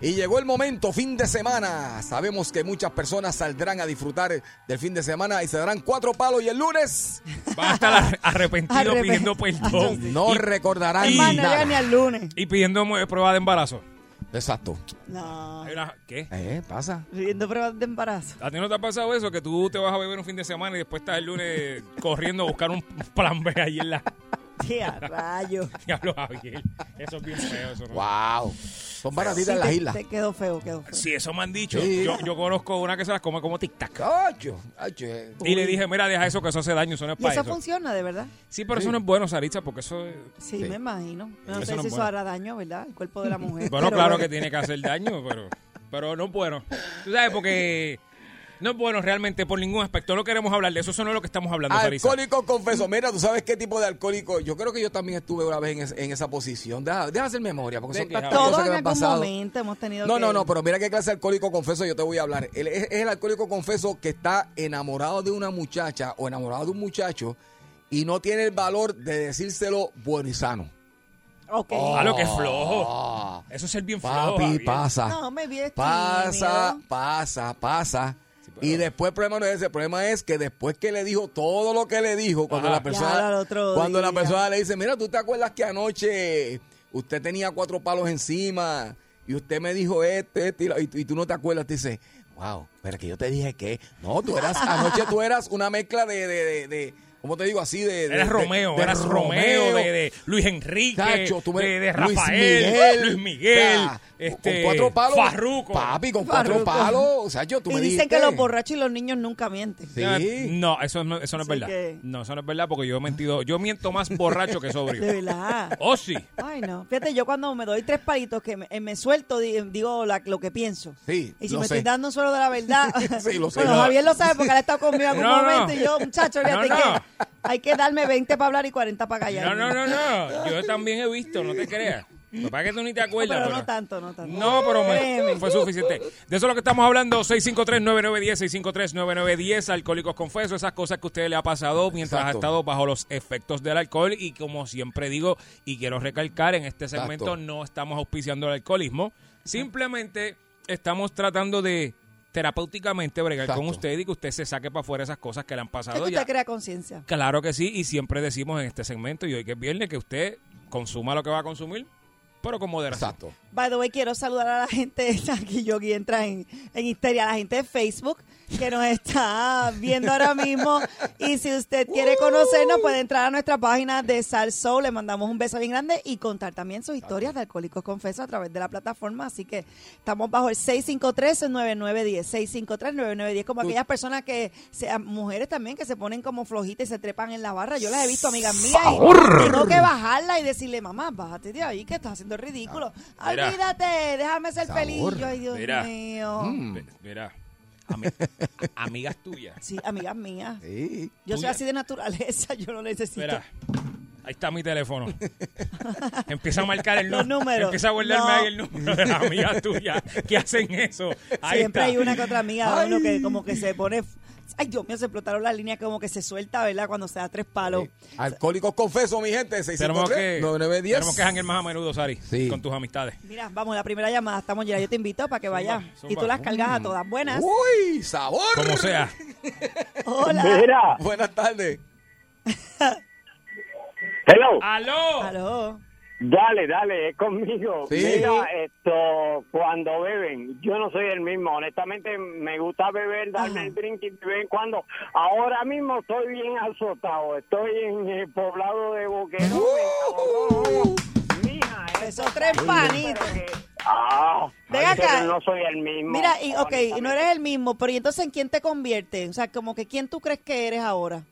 [SPEAKER 3] Y llegó el momento, fin de semana. Sabemos que muchas personas saldrán a disfrutar del fin de semana y se darán cuatro palos y
[SPEAKER 7] [LAUGHS]
[SPEAKER 3] el lunes
[SPEAKER 7] Va a estar arrepentido
[SPEAKER 3] Arrepe-
[SPEAKER 7] pidiendo
[SPEAKER 4] [LAUGHS]
[SPEAKER 7] perdón.
[SPEAKER 3] no
[SPEAKER 7] Y-
[SPEAKER 3] recordarán
[SPEAKER 7] y-
[SPEAKER 4] Hermano, llega ni al lunes.
[SPEAKER 7] Y pidiendo eh, prueba de embarazo.
[SPEAKER 3] Exacto.
[SPEAKER 4] No.
[SPEAKER 7] Hay una- ¿Qué?
[SPEAKER 3] ¿Eh? ¿Pasa?
[SPEAKER 4] Pidiendo pruebas de embarazo.
[SPEAKER 7] ¿A ti no te ha pasado eso? Que tú te vas a beber un fin de semana y después estás el lunes [LAUGHS] corriendo a
[SPEAKER 4] [LAUGHS]
[SPEAKER 7] buscar un plan B ahí
[SPEAKER 3] [LAUGHS]
[SPEAKER 7] en la...
[SPEAKER 4] Tía,
[SPEAKER 7] [LAUGHS]
[SPEAKER 4] rayo.
[SPEAKER 7] Diablo, Javier. Eso es bien feo. Eso, ¿no?
[SPEAKER 3] ¡Wow! Son baratitas
[SPEAKER 4] Sí,
[SPEAKER 3] en las
[SPEAKER 4] te-
[SPEAKER 3] islas.
[SPEAKER 4] te quedó feo, quedó feo.
[SPEAKER 7] Sí, eso me han dicho.
[SPEAKER 3] Sí.
[SPEAKER 7] Yo, yo conozco una que se las come como tic-tac.
[SPEAKER 3] ¡Cacho! cacho, eh.
[SPEAKER 7] Y le dije, mira, deja eso, que eso hace daño, eso no es
[SPEAKER 4] Y
[SPEAKER 7] para
[SPEAKER 4] eso
[SPEAKER 7] eso.
[SPEAKER 4] funciona, de verdad.
[SPEAKER 7] Sí, pero eso no es bueno, Saritza, porque eso... es-
[SPEAKER 4] Sí, me imagino. No
[SPEAKER 7] Eso
[SPEAKER 4] sé
[SPEAKER 7] no
[SPEAKER 4] si
[SPEAKER 7] es
[SPEAKER 4] eso
[SPEAKER 7] bueno.
[SPEAKER 4] hará daño, ¿verdad? El cuerpo
[SPEAKER 3] [LAUGHS]
[SPEAKER 4] de la mujer.
[SPEAKER 7] Bueno,
[SPEAKER 4] pero
[SPEAKER 7] claro que tiene que hacer daño, pero, pero no es bueno. Tú sabes, porque no es bueno realmente por ningún aspecto. No queremos hablar de eso, eso no es lo que estamos hablando, Saritza.
[SPEAKER 3] Alcohólico confeso. Mira, tú sabes qué tipo de alcohólico. Yo creo que yo también estuve una vez en, es- en esa posición. Deja, deja hacer memoria, porque
[SPEAKER 7] ¿De
[SPEAKER 3] son
[SPEAKER 7] qué,
[SPEAKER 3] tantas
[SPEAKER 4] Todos
[SPEAKER 3] cosas
[SPEAKER 4] en
[SPEAKER 3] que me han
[SPEAKER 4] algún
[SPEAKER 3] pasado.
[SPEAKER 4] momento hemos tenido
[SPEAKER 3] No,
[SPEAKER 4] que...
[SPEAKER 3] no, no, pero mira qué clase de alcohólico confeso yo te voy a hablar. Él es, es el alcohólico confeso que está enamorado de una muchacha o enamorado de un muchacho y no tiene el valor de decírselo bueno y sano. Oh.
[SPEAKER 4] Ok.
[SPEAKER 7] Ah, lo que es flojo. Eso es ser bien flojo.
[SPEAKER 3] Papi,
[SPEAKER 7] Javier.
[SPEAKER 3] pasa.
[SPEAKER 4] No, me vi
[SPEAKER 3] Pasa, pasa, pasa. y después el problema no es ese, el problema es que después que le dijo todo lo que le dijo, cuando
[SPEAKER 4] Ajá.
[SPEAKER 3] la persona,
[SPEAKER 4] Ya, al otro
[SPEAKER 3] cuando la
[SPEAKER 4] día.
[SPEAKER 3] persona le dice, mira, ¿tú te acuerdas que anoche usted tenía cuatro palos encima y usted me dijo este, este y, la- y tú- y tú no te acuerdas? Te dice, Ah, wow, pero que yo te dije que, no, tú eras, anoche tú eras una mezcla de, de, de- de- ¿cómo te digo así? De, de-
[SPEAKER 7] Eras
[SPEAKER 3] de-
[SPEAKER 7] Romeo,
[SPEAKER 3] de
[SPEAKER 7] eras Romeo, de, de Luis Enrique,
[SPEAKER 3] Tacho, tú me-
[SPEAKER 7] de, de
[SPEAKER 3] Luis
[SPEAKER 7] Rafael,
[SPEAKER 3] Miguel,
[SPEAKER 7] Luis Miguel,
[SPEAKER 3] ah,
[SPEAKER 7] este,
[SPEAKER 3] con cuatro palos,
[SPEAKER 7] Farruko.
[SPEAKER 3] papi, con
[SPEAKER 4] Farruko.
[SPEAKER 3] cuatro palos, o sea, yo tú
[SPEAKER 4] y
[SPEAKER 3] me
[SPEAKER 4] dicen
[SPEAKER 3] dijiste.
[SPEAKER 4] que los borrachos y los niños nunca mienten.
[SPEAKER 7] Eh, No, eso no, eso no es
[SPEAKER 4] Así
[SPEAKER 7] verdad.
[SPEAKER 4] que-
[SPEAKER 7] No, eso no es verdad porque yo he mentido. Yo miento más borracho que
[SPEAKER 4] [LAUGHS]
[SPEAKER 7] sobrio.
[SPEAKER 4] De verdad.
[SPEAKER 7] Oh, sí.
[SPEAKER 4] Ay, no. Fíjate, yo cuando me doy tres palitos que me, eh, me suelto, di- digo la- lo que pienso.
[SPEAKER 3] Sí,
[SPEAKER 4] Y si
[SPEAKER 3] lo
[SPEAKER 4] me
[SPEAKER 3] sé.
[SPEAKER 4] estoy dando un suelo de la verdad. [LAUGHS]
[SPEAKER 7] [LAUGHS]
[SPEAKER 3] Sí, lo sé.
[SPEAKER 4] Bueno,
[SPEAKER 3] No.
[SPEAKER 4] Javier lo sabe porque él ha estado conmigo en algún
[SPEAKER 7] No, no.
[SPEAKER 4] momento. Y yo, muchacho, fíjate
[SPEAKER 7] No, no.
[SPEAKER 4] que hay que darme 20 para hablar y 40 para callar.
[SPEAKER 7] No, no, no, no. Yo también he visto, no te creas. Lo que pasa es que tú ni te acuerdas.
[SPEAKER 4] Pero
[SPEAKER 7] pero-
[SPEAKER 4] no tanto, no tanto. Eh,
[SPEAKER 7] No, pero me-
[SPEAKER 4] Créeme.
[SPEAKER 7] fue suficiente. De eso es lo que estamos hablando, 653-9910, 653-9910, Alcohólicos Confeso, esas cosas que a usted le ha pasado mientras
[SPEAKER 3] Exacto.
[SPEAKER 7] ha estado bajo los efectos del alcohol y como siempre digo y quiero recalcar, en este segmento
[SPEAKER 3] Exacto.
[SPEAKER 7] no estamos auspiciando el alcoholismo, simplemente estamos tratando de terapéuticamente bregar con
[SPEAKER 3] Exacto.
[SPEAKER 7] usted y que usted se saque para afuera esas cosas que le han
[SPEAKER 4] Que
[SPEAKER 7] pasado
[SPEAKER 4] usted
[SPEAKER 7] ya.
[SPEAKER 4] crea conciencia.
[SPEAKER 7] Claro que sí, y siempre decimos en este segmento, y hoy que es viernes, que usted consuma lo que va a consumir, pero con moderación.
[SPEAKER 3] Exacto.
[SPEAKER 4] By the way, quiero saludar a la gente aquí Yogi entra en, en histeria, a la gente de Facebook que nos está viendo ahora mismo. Y si usted quiere conocernos, puede entrar a nuestra página de Sal Soul. Le mandamos un beso bien grande y contar también sus historias de Alcohólicos Confesos a través de la plataforma. Así que estamos bajo el 653-9910. 653-9910. Como aquellas personas que, sean mujeres también, que se ponen como flojitas y se trepan en la barra. Yo las he visto, amigas mías, y
[SPEAKER 1] ¡Favor!
[SPEAKER 4] tengo que bajarla y decirle, mamá, bájate de ahí que estás haciendo el ridículo.
[SPEAKER 7] Ah, Mira.
[SPEAKER 4] Olvídate, déjame ser
[SPEAKER 7] Sabor.
[SPEAKER 4] feliz. Yo, Ay, Dios
[SPEAKER 7] Mira.
[SPEAKER 4] mío.
[SPEAKER 7] Mm. Mira, ami- [LAUGHS] a- amigas tuyas.
[SPEAKER 4] Sí, amigas mías.
[SPEAKER 3] Sí.
[SPEAKER 4] Yo soy
[SPEAKER 7] Tuya.
[SPEAKER 4] así de naturaleza, [LAUGHS] yo lo necesito.
[SPEAKER 7] Mira, ahí está mi teléfono. [LAUGHS] Empieza a marcar el
[SPEAKER 4] Los
[SPEAKER 7] número.
[SPEAKER 4] números.
[SPEAKER 7] Empieza a guardarme
[SPEAKER 4] No.
[SPEAKER 7] ahí el número de las amigas tuyas que hacen eso. Ahí
[SPEAKER 4] Siempre
[SPEAKER 7] está.
[SPEAKER 4] hay una que otra amiga de uno que como que se pone... Ay, Dios mío, se explotaron las líneas como que se suelta, ¿verdad? Cuando se da tres palos.
[SPEAKER 3] Alcohólicos confeso, mi gente,
[SPEAKER 7] Tenemos que,
[SPEAKER 3] 653-9910.
[SPEAKER 7] tenemos que hangar más a menudo, Sari,
[SPEAKER 3] Sí.
[SPEAKER 7] con tus amistades.
[SPEAKER 4] Mira, vamos, la primera llamada, estamos ya. Yo te invito para que vayas.
[SPEAKER 7] zumba. Mm.
[SPEAKER 4] Y tú las cargas a todas. Buenas.
[SPEAKER 3] ¡Uy! ¡Sabor!
[SPEAKER 7] Como sea.
[SPEAKER 4] Hola.
[SPEAKER 3] Mira. Buenas tardes.
[SPEAKER 9] Hello.
[SPEAKER 7] ¡Aló!
[SPEAKER 4] ¡Aló!
[SPEAKER 9] Dale, dale, es conmigo.
[SPEAKER 3] Sí.
[SPEAKER 9] Mira, esto, cuando beben, yo no soy el mismo. Honestamente, me gusta beber, darme el drink y de vez en cuando. Ahora mismo estoy bien azotado. Estoy en el poblado de Boquerón.
[SPEAKER 3] ¡Uh!
[SPEAKER 4] Esos tres panitos.
[SPEAKER 9] Ah,
[SPEAKER 4] Ven
[SPEAKER 9] ay,
[SPEAKER 4] acá.
[SPEAKER 9] pero no soy el mismo.
[SPEAKER 4] Mira, y, ok, y no eres el mismo, pero ¿y entonces en quién te convierte? O sea, como que ¿quién tú crees que eres ahora?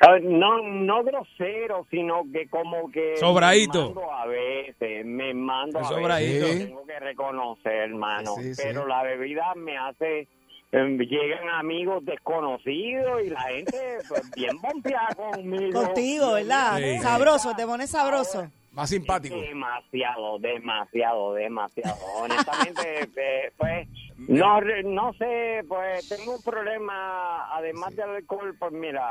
[SPEAKER 9] Ah, No, no grosero, sino que como que...
[SPEAKER 7] Sobradito.
[SPEAKER 9] Me mando a veces, me mando a
[SPEAKER 7] Es
[SPEAKER 9] veces.
[SPEAKER 7] sobradito.
[SPEAKER 9] lo Tengo que reconocer, hermano.
[SPEAKER 7] Sí, sí.
[SPEAKER 9] Pero la bebida me hace... em, Llegan amigos desconocidos y la gente pues, bien bombeada conmigo.
[SPEAKER 4] Contigo, ¿verdad?
[SPEAKER 9] Sí.
[SPEAKER 4] Sabroso, te pones sabroso.
[SPEAKER 3] Más simpático.
[SPEAKER 9] Demasiado, demasiado, demasiado. Honestamente,
[SPEAKER 7] [LAUGHS]
[SPEAKER 9] eh, pues, no, re- no sé, pues tengo un problema, además del alcohol, pues mira,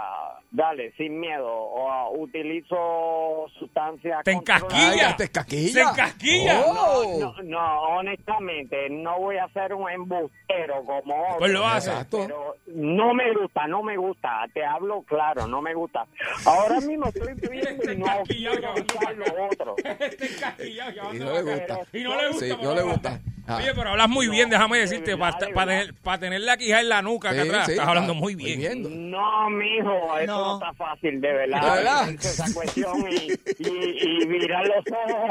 [SPEAKER 9] dale, sin miedo, o, ah, utilizo sustancias...
[SPEAKER 7] ¡Te
[SPEAKER 9] controladas.
[SPEAKER 7] encasquilla! ¡Te
[SPEAKER 3] encasquilla!
[SPEAKER 7] ¡Te encasquilla!
[SPEAKER 9] Oh.
[SPEAKER 7] Oh.
[SPEAKER 9] No, no, no, honestamente, no voy a ser un embustero como otro.
[SPEAKER 7] Pues lo hace.
[SPEAKER 9] Pero no me gusta, no me gusta. Te hablo claro, no me gusta. Ahora
[SPEAKER 7] [LAUGHS]
[SPEAKER 9] mismo estoy
[SPEAKER 15] [LAUGHS]
[SPEAKER 9] viendo y no quiero usar lo otro.
[SPEAKER 3] Y no le gusta.
[SPEAKER 7] Y no le gusta,
[SPEAKER 3] Sí,
[SPEAKER 7] por
[SPEAKER 3] no le
[SPEAKER 7] favor.
[SPEAKER 3] gusta. Ah.
[SPEAKER 7] Oye, pero hablas muy bien, déjame decirte, para tener, pa tener la quija en la nuca acá
[SPEAKER 3] Sí,
[SPEAKER 7] atrás,
[SPEAKER 3] sí,
[SPEAKER 7] estás
[SPEAKER 3] está-
[SPEAKER 7] hablando muy bien.
[SPEAKER 9] No, mijo, eso no. está fácil, de verdad.
[SPEAKER 7] ¿De verdad?
[SPEAKER 9] Esa cuestión y, y, y mirar los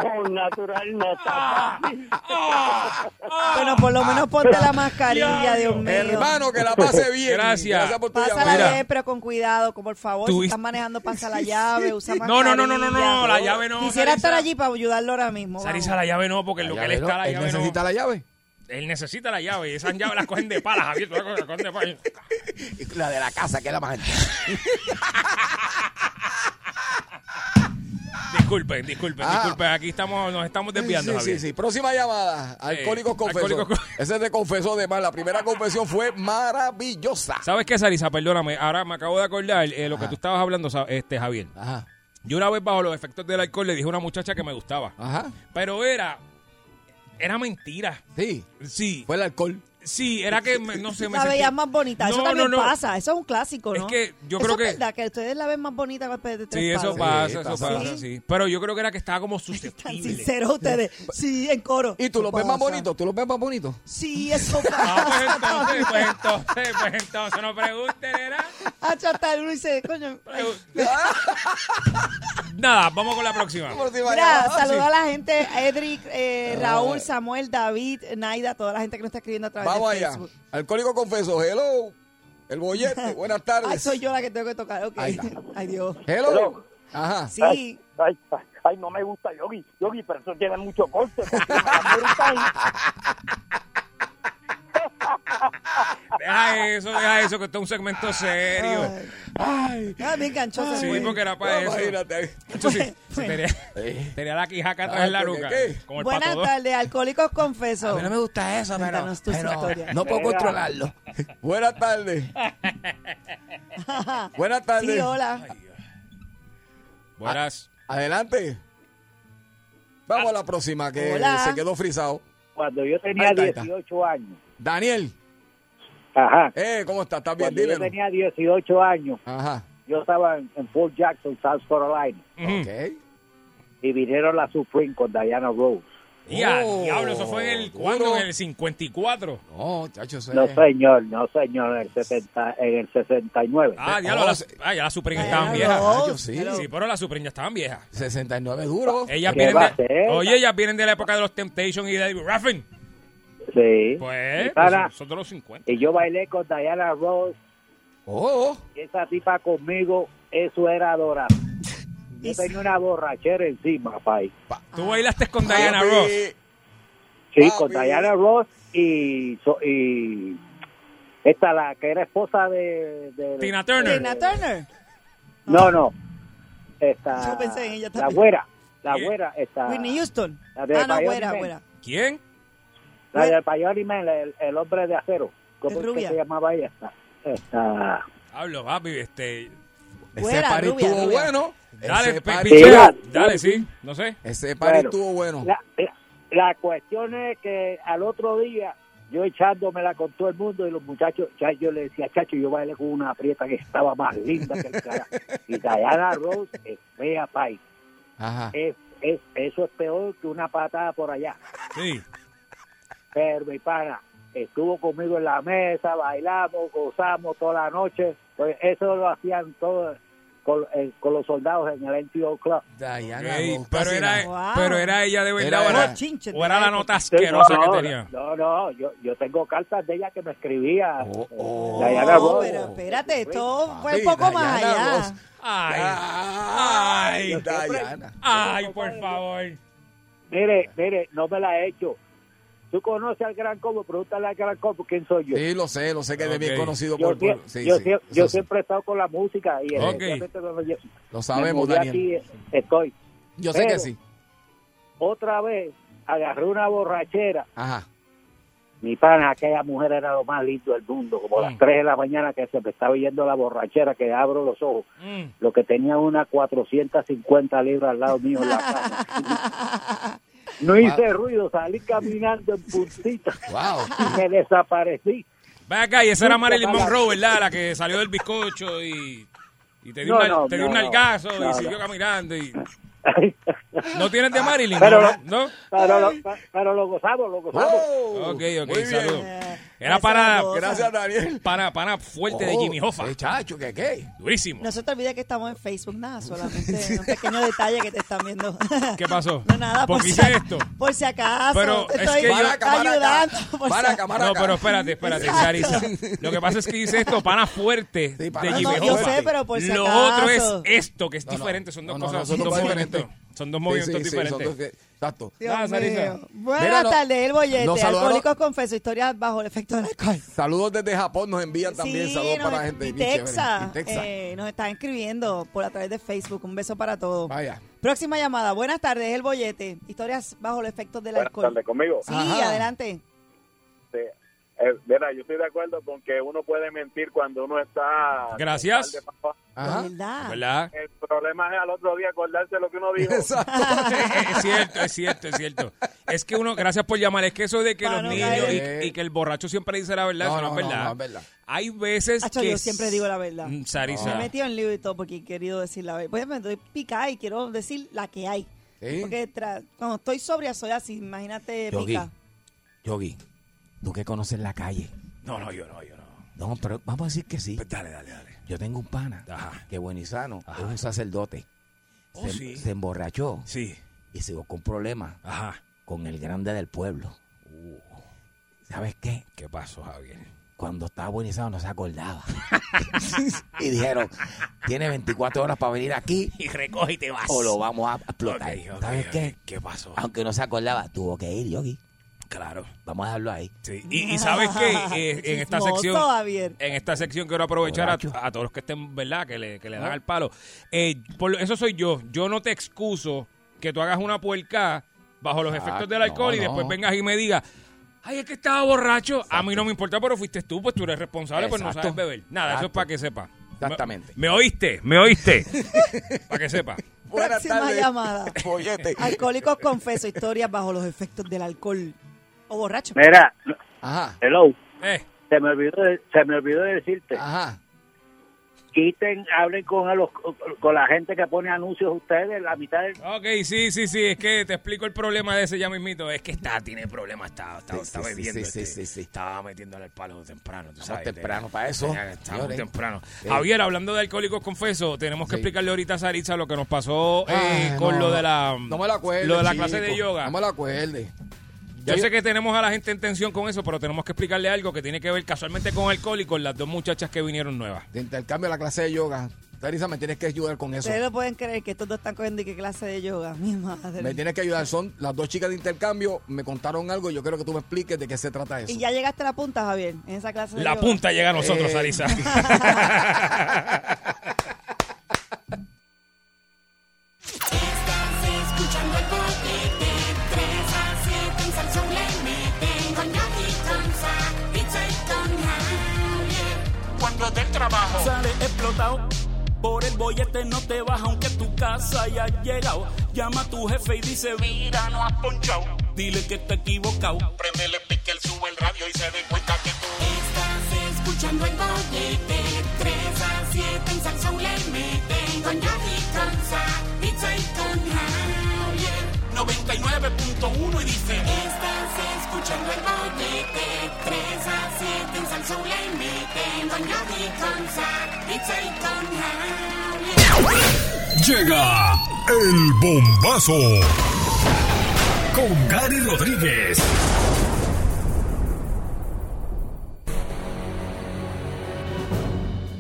[SPEAKER 9] ojos natural no
[SPEAKER 7] Ah,
[SPEAKER 9] está fácil. Ah,
[SPEAKER 4] Bueno, por lo menos ponte la mascarilla, Dios mío.
[SPEAKER 3] Ah. Hermano, que la pase bien.
[SPEAKER 7] Gracias.
[SPEAKER 3] por tu
[SPEAKER 4] Pásala
[SPEAKER 3] llamada.
[SPEAKER 4] bien, pero con cuidado, como por favor, si
[SPEAKER 7] Tuviste-
[SPEAKER 4] estás manejando, pasa
[SPEAKER 3] [LAUGHS]
[SPEAKER 4] la llave, usa
[SPEAKER 7] No,
[SPEAKER 4] mascarilla.
[SPEAKER 7] no, no, no, no, no, la llave no,
[SPEAKER 4] Quisiera estar
[SPEAKER 7] Sarisa.
[SPEAKER 4] allí para ayudarlo ahora mismo.
[SPEAKER 7] Sarisa,
[SPEAKER 4] vamos.
[SPEAKER 7] la llave no, porque en lo que él
[SPEAKER 3] llave no,
[SPEAKER 7] está, la
[SPEAKER 3] él
[SPEAKER 7] llave
[SPEAKER 3] necesita
[SPEAKER 7] no.
[SPEAKER 3] la llave.
[SPEAKER 7] Él necesita la llave, y esas llaves las cogen de palas, Javier, tú las coges- las cogen de palas.
[SPEAKER 3] [LAUGHS] La de la casa, que es la más alta.
[SPEAKER 7] [LAUGHS] Disculpen, disculpen,
[SPEAKER 3] Ah.
[SPEAKER 7] disculpen, aquí estamos, nos estamos desviando,
[SPEAKER 3] Sí, sí,
[SPEAKER 7] Javier. Eh,
[SPEAKER 3] sí. Próxima llamada. Alcohólicos confeso.
[SPEAKER 7] [LAUGHS] Alcohólicos
[SPEAKER 3] Ese te confesó de más. La primera confesión fue maravillosa.
[SPEAKER 7] ¿Sabes qué, Sarisa? Perdóname, ahora me acabo de acordar eh, lo que tú estabas hablando, sa- este Javier.
[SPEAKER 3] Ajá.
[SPEAKER 7] Yo una vez bajo los efectos del alcohol le dije a una muchacha que me gustaba.
[SPEAKER 3] Ajá.
[SPEAKER 7] Pero era. Era mentira.
[SPEAKER 3] Sí.
[SPEAKER 7] Sí.
[SPEAKER 3] Fue el alcohol.
[SPEAKER 7] Sí, era que me- no sé, me
[SPEAKER 4] La
[SPEAKER 7] sentí-
[SPEAKER 4] veías más bonita. eso
[SPEAKER 7] No,
[SPEAKER 4] también
[SPEAKER 7] no, no.
[SPEAKER 4] pasa. Eso es un clásico, ¿no?
[SPEAKER 7] Es que yo
[SPEAKER 4] Eso
[SPEAKER 7] creo
[SPEAKER 4] es
[SPEAKER 7] que-
[SPEAKER 4] verdad que ustedes la ven más bonita después de tres
[SPEAKER 7] Sí, eso
[SPEAKER 4] pasos. [LAUGHS]
[SPEAKER 7] pasa, eso
[SPEAKER 4] pasa.
[SPEAKER 7] pasa, sí. Pero yo creo que era que estaba como susceptible.
[SPEAKER 4] Sinceros ustedes. Sí, en coro.
[SPEAKER 3] ¿Y tú los ves más
[SPEAKER 4] Pasa.
[SPEAKER 3] bonitos? ¿Tú los ves más bonitos?
[SPEAKER 4] Sí, eso pasa. [LAUGHS]
[SPEAKER 7] Pues entonces, pues entonces, pues entonces, no pregunten, era.
[SPEAKER 4] Hacho, hasta uno dice, coño.
[SPEAKER 3] Ah,
[SPEAKER 7] Nada, vamos con la próxima.
[SPEAKER 4] Mira, saluda a la gente, a Edric, eh, Raúl, Samuel, David, Naida, toda la gente que nos está escribiendo a través
[SPEAKER 3] [LAUGHS] Vamos
[SPEAKER 4] de
[SPEAKER 3] allá.
[SPEAKER 4] Facebook.
[SPEAKER 3] Alcohólico confeso, hello.
[SPEAKER 4] [LAUGHS]
[SPEAKER 3] El bollete, buenas tardes.
[SPEAKER 4] Ay, soy yo la que tengo que tocar, ok.
[SPEAKER 3] Ahí
[SPEAKER 4] Ay, Dios.
[SPEAKER 3] Hello. Ajá.
[SPEAKER 4] Sí.
[SPEAKER 8] Ay, ay, ay, ay, no me gusta Yogi. Yogi, pero eso tiene mucho corte.
[SPEAKER 3] [LAUGHS]
[SPEAKER 8] porque me la cortan.
[SPEAKER 7] Deja eso, deja eso, que esto es un segmento serio.
[SPEAKER 4] Ay, Ah, me enganchó.
[SPEAKER 7] Sí,
[SPEAKER 4] güey.
[SPEAKER 7] porque era para eso.
[SPEAKER 3] pues, Imagínate. Pues, eh. Ah,
[SPEAKER 7] Yo [LAUGHS] sí, sí, tenía, tenía la quijaca atrás
[SPEAKER 11] Ay,
[SPEAKER 7] en la
[SPEAKER 11] porque
[SPEAKER 7] nuca.
[SPEAKER 11] qué.
[SPEAKER 7] Como el
[SPEAKER 4] Buenas
[SPEAKER 7] pato
[SPEAKER 4] tardes, Alcohólicos Confeso. A mí
[SPEAKER 11] no me gusta eso, pero-
[SPEAKER 4] Cuéntanos tus
[SPEAKER 11] pero
[SPEAKER 4] historias.
[SPEAKER 11] no puedo controlarlo.
[SPEAKER 3] Buenas tardes. [LAUGHS] Buenas tardes.
[SPEAKER 4] Sí, hola.
[SPEAKER 7] Buenas.
[SPEAKER 3] Adelante. Vamos a la próxima que
[SPEAKER 14] Hola.
[SPEAKER 3] se quedó frisado.
[SPEAKER 14] Cuando yo tenía
[SPEAKER 3] Ahí está, ahí está.
[SPEAKER 14] 18 años,
[SPEAKER 3] Daniel.
[SPEAKER 14] Ajá.
[SPEAKER 3] Eh, ¿cómo estás? ¿Estás bien?
[SPEAKER 14] cuando yo
[SPEAKER 3] Dímelo. Ah.
[SPEAKER 14] tenía 18 años,
[SPEAKER 3] Ajá.
[SPEAKER 14] yo estaba en, en Fort Jackson, South Carolina,
[SPEAKER 3] Ok.
[SPEAKER 14] y vinieron la Supreme con Diana Rose.
[SPEAKER 7] Ya,
[SPEAKER 14] Oh,
[SPEAKER 7] diablo, eso fue en el
[SPEAKER 14] duro.
[SPEAKER 7] ¿cuándo? En el 54.
[SPEAKER 3] No, chacho, eso
[SPEAKER 14] No, señor, no, señor, en el, 70, en el 69.
[SPEAKER 7] Ah, diablo, las, ah, ya las Supreme estaban viejas.
[SPEAKER 3] no, yo sí.
[SPEAKER 7] sí, pero las Supreme ya estaban viejas.
[SPEAKER 3] 69 duro.
[SPEAKER 7] Ellas
[SPEAKER 3] ¿Qué
[SPEAKER 7] vienen
[SPEAKER 3] va a
[SPEAKER 7] de,
[SPEAKER 14] eh?
[SPEAKER 3] ser?
[SPEAKER 7] oye, ellas vienen de la época de los Temptations y de David Ruffin.
[SPEAKER 14] Sí.
[SPEAKER 7] Pues,
[SPEAKER 14] Para-
[SPEAKER 7] son- son de los 50.
[SPEAKER 14] Y yo bailé con Diana Rose.
[SPEAKER 3] Oh.
[SPEAKER 14] Y esa tipa conmigo, eso era
[SPEAKER 3] [LAUGHS]
[SPEAKER 14] adorable. Yo tenía una borrachera encima, pai.
[SPEAKER 7] Tú bailaste con Diana Ross.
[SPEAKER 14] Sí, con Diana Ross y, so- y esta la que era esposa de, de-
[SPEAKER 7] Tina Turner.
[SPEAKER 4] Tina Turner.
[SPEAKER 14] No, no. Esta
[SPEAKER 4] Yo pensé en ella
[SPEAKER 14] Ah, la
[SPEAKER 4] también.
[SPEAKER 14] güera, la güera esta
[SPEAKER 4] Whitney Houston.
[SPEAKER 14] La de
[SPEAKER 4] Ah, no,
[SPEAKER 14] Payón
[SPEAKER 4] güera,
[SPEAKER 14] Man.
[SPEAKER 4] güera.
[SPEAKER 7] ¿Quién?
[SPEAKER 14] La de Payón y Man, el, el hombre de acero. ¿Cómo
[SPEAKER 4] Es
[SPEAKER 14] es que
[SPEAKER 4] rubia.
[SPEAKER 14] se llamaba ella? Esta
[SPEAKER 7] Hablo, papi, este.
[SPEAKER 3] Ese
[SPEAKER 4] Güera,
[SPEAKER 3] party
[SPEAKER 4] rubia,
[SPEAKER 3] estuvo
[SPEAKER 4] rubia.
[SPEAKER 3] bueno.
[SPEAKER 7] Dale,
[SPEAKER 3] Ese
[SPEAKER 7] pe-
[SPEAKER 3] party-
[SPEAKER 7] pichea, dale, sí, no sé.
[SPEAKER 3] Ese party
[SPEAKER 14] Bueno,
[SPEAKER 3] estuvo bueno.
[SPEAKER 14] La, la- la cuestión es que al otro día, yo echándomela con todo el mundo y los muchachos, ya yo le decía, chacho, yo bailé con una prieta que estaba más linda que el cara. Y Diana Rose es fea, pai.
[SPEAKER 3] Ajá.
[SPEAKER 14] Es, es, eso es peor que una patada por allá.
[SPEAKER 7] Sí.
[SPEAKER 14] Pero mi pana estuvo conmigo en la mesa, bailamos, gozamos toda la noche. Pues eso lo hacían todos con, eh, con los soldados en el NTO Club.
[SPEAKER 3] Diana
[SPEAKER 14] Ah,
[SPEAKER 7] Ey,
[SPEAKER 3] Ross,
[SPEAKER 7] pero,
[SPEAKER 3] casi
[SPEAKER 7] era, e-
[SPEAKER 3] nada.
[SPEAKER 7] pero era ella de verdad, o era-
[SPEAKER 4] Chinche,
[SPEAKER 7] o era la nota
[SPEAKER 14] Sí,
[SPEAKER 7] asquerosa
[SPEAKER 14] no,
[SPEAKER 7] que
[SPEAKER 14] no,
[SPEAKER 7] tenía.
[SPEAKER 14] No, no, yo, yo tengo cartas de ella que me escribía. eh, Diana
[SPEAKER 4] No,
[SPEAKER 14] Ross.
[SPEAKER 4] pero espérate, esto fue
[SPEAKER 3] Papi,
[SPEAKER 4] un poco más
[SPEAKER 3] Diana
[SPEAKER 4] allá.
[SPEAKER 3] Ross.
[SPEAKER 7] Ay, ay,
[SPEAKER 3] Diana.
[SPEAKER 7] ay, por favor.
[SPEAKER 14] Mire, mire, no me la he hecho. Tú conoces al Gran Combo, pregúntale al Gran Combo quién soy yo.
[SPEAKER 3] Sí, lo sé, lo sé que es bien
[SPEAKER 7] Ok.
[SPEAKER 3] conocido
[SPEAKER 14] yo
[SPEAKER 3] por...
[SPEAKER 14] sie-
[SPEAKER 3] por- sí,
[SPEAKER 14] yo
[SPEAKER 3] sí,
[SPEAKER 14] sie-
[SPEAKER 3] eso
[SPEAKER 14] yo
[SPEAKER 3] sí.
[SPEAKER 14] siempre he estado con la música y
[SPEAKER 3] Ok.
[SPEAKER 14] efectivamente, cuando yo-
[SPEAKER 3] Lo
[SPEAKER 14] me
[SPEAKER 3] sabemos,
[SPEAKER 14] mudé
[SPEAKER 3] Daniel.
[SPEAKER 14] aquí, eh, estoy.
[SPEAKER 3] Yo sé que
[SPEAKER 14] Pero
[SPEAKER 3] sí.
[SPEAKER 14] Otra vez agarré una borrachera.
[SPEAKER 3] Ajá.
[SPEAKER 14] Mi pana, aquella mujer era lo más lindo del mundo. Como
[SPEAKER 7] Mm.
[SPEAKER 14] a las 3 de la mañana que se me estaba yendo la borrachera, que abro los ojos.
[SPEAKER 7] Mm.
[SPEAKER 14] Lo que tenía una 450 libras al lado mío en la cama.
[SPEAKER 7] [LAUGHS]
[SPEAKER 14] No hice ruido, salí caminando en puntita. Y me desaparecí.
[SPEAKER 7] Ve acá, y esa era
[SPEAKER 14] Nunca
[SPEAKER 7] Marilyn
[SPEAKER 14] más la-
[SPEAKER 7] Monroe, ¿verdad? La que salió del bizcocho y, y te dio
[SPEAKER 14] No,
[SPEAKER 7] un, al-
[SPEAKER 14] no,
[SPEAKER 7] te dio
[SPEAKER 14] no,
[SPEAKER 7] un
[SPEAKER 14] no.
[SPEAKER 7] nalgazo y
[SPEAKER 14] No,
[SPEAKER 7] siguió
[SPEAKER 14] no. Ah,
[SPEAKER 7] caminando. Y... ¿No tienes de Marilyn?
[SPEAKER 14] Pero
[SPEAKER 7] ¿no?
[SPEAKER 14] lo-
[SPEAKER 7] ¿No?
[SPEAKER 14] Pero lo, pero lo gozamos, lo gozamos.
[SPEAKER 7] Ok, ok,
[SPEAKER 3] Muy bien.
[SPEAKER 7] saludos.
[SPEAKER 14] Eh,
[SPEAKER 7] Era
[SPEAKER 4] Gracias,
[SPEAKER 7] para,
[SPEAKER 4] Rosa.
[SPEAKER 3] Gracias, Daniel.
[SPEAKER 7] para, para fuerte de
[SPEAKER 3] Oh,
[SPEAKER 7] Jimmy Hoffa.
[SPEAKER 3] sí, chacho, que qué.
[SPEAKER 7] Durísimo.
[SPEAKER 4] No se te olvide que estamos en Facebook, nada, solamente un pequeño detalle que te están viendo.
[SPEAKER 7] [LAUGHS] ¿Qué pasó?
[SPEAKER 4] No, nada, por
[SPEAKER 7] Porque
[SPEAKER 4] si,
[SPEAKER 7] hice esto.
[SPEAKER 4] por si acaso.
[SPEAKER 7] Pero
[SPEAKER 4] te
[SPEAKER 7] es
[SPEAKER 4] estoy
[SPEAKER 7] que yo-
[SPEAKER 4] ayudando. [LAUGHS] por si
[SPEAKER 3] Maraca,
[SPEAKER 4] acaso.
[SPEAKER 3] maraca.
[SPEAKER 7] No, pero espérate, espérate, Sarisa. Lo que pasa es que dice esto, pana fuerte
[SPEAKER 3] pana
[SPEAKER 7] de
[SPEAKER 4] No,
[SPEAKER 7] Jimmy
[SPEAKER 4] no, yo
[SPEAKER 7] Hoffa.
[SPEAKER 4] sé, pero por si
[SPEAKER 7] Lo
[SPEAKER 4] acaso.
[SPEAKER 7] otro es esto, que es diferente. Son dos
[SPEAKER 3] No, no,
[SPEAKER 7] cosas,
[SPEAKER 3] no,
[SPEAKER 7] son, dos
[SPEAKER 3] cosas
[SPEAKER 7] movimientos. Son dos
[SPEAKER 3] Sí,
[SPEAKER 7] movimientos
[SPEAKER 3] sí, sí, son
[SPEAKER 7] diferentes.
[SPEAKER 3] dos que- exacto.
[SPEAKER 4] Dios
[SPEAKER 7] Nada, Sarisa.
[SPEAKER 4] mío. Buenas
[SPEAKER 3] Mira, no-
[SPEAKER 4] tardes, el bollete.
[SPEAKER 3] nos saludaron-
[SPEAKER 4] Alcohólicos confeso, historias bajo el efecto del alcohol.
[SPEAKER 3] Saludos desde Japón nos envían también.
[SPEAKER 4] Sí,
[SPEAKER 3] Saludos
[SPEAKER 4] nos-
[SPEAKER 3] para la gente
[SPEAKER 4] y
[SPEAKER 3] bien chévere.
[SPEAKER 4] Texas,
[SPEAKER 3] Y Texas.
[SPEAKER 4] eh, nos están escribiendo por a través de Facebook. Un beso para todos.
[SPEAKER 3] Vaya.
[SPEAKER 4] Próxima llamada. Buenas tardes, el bollete. Historias bajo el efecto del
[SPEAKER 17] Buenas
[SPEAKER 4] alcohol.
[SPEAKER 17] tardes, ¿conmigo?
[SPEAKER 4] Sí,
[SPEAKER 17] Ajá.
[SPEAKER 4] adelante.
[SPEAKER 17] Sí. eh, mira, yo estoy de acuerdo con que uno puede mentir cuando uno está...
[SPEAKER 7] Gracias.
[SPEAKER 17] de papá.
[SPEAKER 7] Ajá. ¿Verdad?
[SPEAKER 17] El problema es al otro día acordarse lo que uno dijo.
[SPEAKER 7] es cierto, es cierto, es cierto. Es que uno, gracias por llamar, es que eso de que los niños y, y que el borracho siempre dice la verdad,
[SPEAKER 3] No,
[SPEAKER 7] eso no,
[SPEAKER 3] no,
[SPEAKER 7] es
[SPEAKER 3] no,
[SPEAKER 7] verdad.
[SPEAKER 3] no es verdad.
[SPEAKER 7] Hay veces
[SPEAKER 4] Hacho,
[SPEAKER 7] que...
[SPEAKER 4] yo siempre digo la verdad.
[SPEAKER 7] Mm, Sarisa.
[SPEAKER 4] Me he metido en lío y todo porque he querido decir la verdad. Pues me doy pica y quiero decir la que hay.
[SPEAKER 3] Sí.
[SPEAKER 4] Porque tra- cuando estoy sobria soy así, imagínate
[SPEAKER 3] Yogi.
[SPEAKER 4] pica.
[SPEAKER 3] Yogi, tú que conoces la calle.
[SPEAKER 7] No, no, yo no, yo no. Pues
[SPEAKER 3] No, pero vamos a decir que sí.
[SPEAKER 7] dale, dale, dale.
[SPEAKER 3] Yo tengo un pana que buenizano es un sacerdote.
[SPEAKER 7] Oh,
[SPEAKER 3] se, em,
[SPEAKER 7] sí.
[SPEAKER 3] se emborrachó.
[SPEAKER 7] Sí.
[SPEAKER 3] Y se buscó un problema con el grande del pueblo. ¿Sabes qué?
[SPEAKER 7] Uh. ¿Qué pasó, Javier?
[SPEAKER 3] Cuando estaba buenizado no se acordaba. [LAUGHS] y dijeron, tiene 24 horas para venir aquí.
[SPEAKER 7] [LAUGHS] Y recoge y te vas.
[SPEAKER 3] O lo vamos a explotar.
[SPEAKER 7] Ok, ok,
[SPEAKER 3] ¿Sabes
[SPEAKER 7] ok.
[SPEAKER 3] qué?
[SPEAKER 7] ¿Qué pasó?
[SPEAKER 3] Aunque no se acordaba, tuvo que ir, Yogi.
[SPEAKER 7] Claro.
[SPEAKER 3] Vamos a dejarlo ahí.
[SPEAKER 7] Sí. Y,
[SPEAKER 11] [LAUGHS]
[SPEAKER 7] y sabes qué, [LAUGHS] Eh, en esta sección,
[SPEAKER 4] Javier.
[SPEAKER 7] en esta sección quiero aprovechar a, a todos los que estén, ¿verdad? Que le, que le dan al palo. Eh, por lo- eso soy yo. Yo no te excuso que tú hagas una puerca bajo los
[SPEAKER 3] Exacto.
[SPEAKER 7] efectos del alcohol y
[SPEAKER 3] Ah, No,
[SPEAKER 7] después
[SPEAKER 3] no.
[SPEAKER 7] vengas y me digas, ay, es que estaba borracho. A mí no me importa, pero fuiste tú, pues tú eres responsable, pues no
[SPEAKER 3] Exacto.
[SPEAKER 7] sabes beber. Nada, eso es para que sepa.
[SPEAKER 3] Exactamente.
[SPEAKER 7] ¿Me oíste? ¿Me [LAUGHS] oíste? para que sepa.
[SPEAKER 3] Buenas
[SPEAKER 4] Próxima
[SPEAKER 3] tardes.
[SPEAKER 4] llamada.
[SPEAKER 3] [LAUGHS] Bollete.
[SPEAKER 4] Alcohólicos confeso historias bajo los efectos del alcohol. O borracho.
[SPEAKER 14] Mira,
[SPEAKER 3] Ajá.
[SPEAKER 14] hello.
[SPEAKER 7] Eh.
[SPEAKER 14] Se me olvidó, de- se me olvidó de decirte.
[SPEAKER 3] Ajá.
[SPEAKER 14] Quiten, hablen con a los, con la gente que pone anuncios ustedes, la mitad del
[SPEAKER 7] Ok, sí, sí, sí, es que te explico el problema de ese ya mismito. Es que está, tiene problemas, está, está,
[SPEAKER 3] Sí,
[SPEAKER 7] está
[SPEAKER 3] sí, sí,
[SPEAKER 7] bebiendo.
[SPEAKER 3] sí,
[SPEAKER 7] este,
[SPEAKER 3] sí,
[SPEAKER 7] Estaba metiéndole el palo temprano, tú
[SPEAKER 3] Estamos
[SPEAKER 7] sabes.
[SPEAKER 3] temprano para eso, Eh,
[SPEAKER 7] Estamos
[SPEAKER 3] señores.
[SPEAKER 7] temprano.
[SPEAKER 3] Sí.
[SPEAKER 7] Javier, hablando de Alcohólicos Confeso, tenemos que explicarle ahorita a Saritza lo que nos pasó eh,
[SPEAKER 3] Ay,
[SPEAKER 7] con
[SPEAKER 3] no,
[SPEAKER 7] lo de la...
[SPEAKER 3] No me lo acuerdes,
[SPEAKER 7] Lo de la
[SPEAKER 3] chico.
[SPEAKER 7] clase de yoga.
[SPEAKER 3] No me lo acuerdes.
[SPEAKER 7] Yo sé que tenemos a la gente en tensión con eso, pero tenemos que explicarle algo que tiene que ver casualmente con alcohol y con las dos muchachas que vinieron nuevas.
[SPEAKER 3] De intercambio a la clase de yoga. Tarisa, me tienes que ayudar con eso.
[SPEAKER 4] Ustedes no pueden creer que estos dos están cogiendo y qué clase de yoga. [LAUGHS] Mi madre.
[SPEAKER 3] Me tienes que ayudar. Son las dos chicas de intercambio. Me contaron algo. Yo quiero que tú me expliques de qué se trata eso.
[SPEAKER 4] Y ya llegaste a la punta, Javier, en esa clase de
[SPEAKER 7] La
[SPEAKER 4] yoga.
[SPEAKER 7] punta llega a nosotros,
[SPEAKER 3] Eh.
[SPEAKER 7] Sarisa.
[SPEAKER 3] [LAUGHS]
[SPEAKER 1] Escuchando el bollete, 3 a 7 en salsa le meten con Yogi, con Zack, pizza y con Javier.
[SPEAKER 15] Cuando del trabajo
[SPEAKER 1] Sale explotado. Por el bollete no te baja aunque tu casa haya llegado. Llama a tu jefe y dice, mira, no has ponchado. Dile que está equivocado.
[SPEAKER 15] Prendele pique, él sube el radio y se dé cuenta que tú
[SPEAKER 1] Estás escuchando el bollete, 3 a 7 en salsa le meten con Yogi, con Zack, pizza y con Javier.
[SPEAKER 15] 99.1 y dice
[SPEAKER 1] Estás escuchando el bollete 3 a 7 en Samsung le meten Con Yogi, con Zack, pizza y con Javier
[SPEAKER 18] Llega el bombazo con Gary Rodríguez.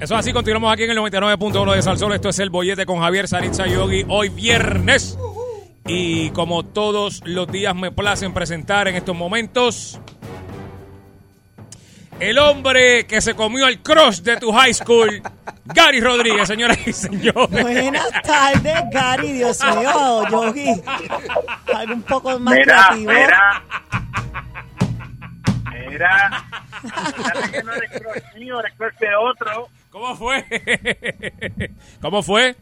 [SPEAKER 7] Eso es así, continuamos aquí en el 99.1 de Salsón. Esto es El Bollete con Javier Saritza Yogi. Hoy viernes. Y como todos los días me placen presentar en estos momentos... El hombre que se comió el crush de tu high school, Gary Rodríguez, señoras y señores.
[SPEAKER 4] Buenas tardes, Gary, Dios mío, Yogi. [LAUGHS] Algo un poco más
[SPEAKER 12] Mira,
[SPEAKER 4] creativo.
[SPEAKER 12] mira. Mira. Fíjate que no eres crush mío, eres crush de otro.
[SPEAKER 7] ¿Cómo fue? ¿Cómo fue?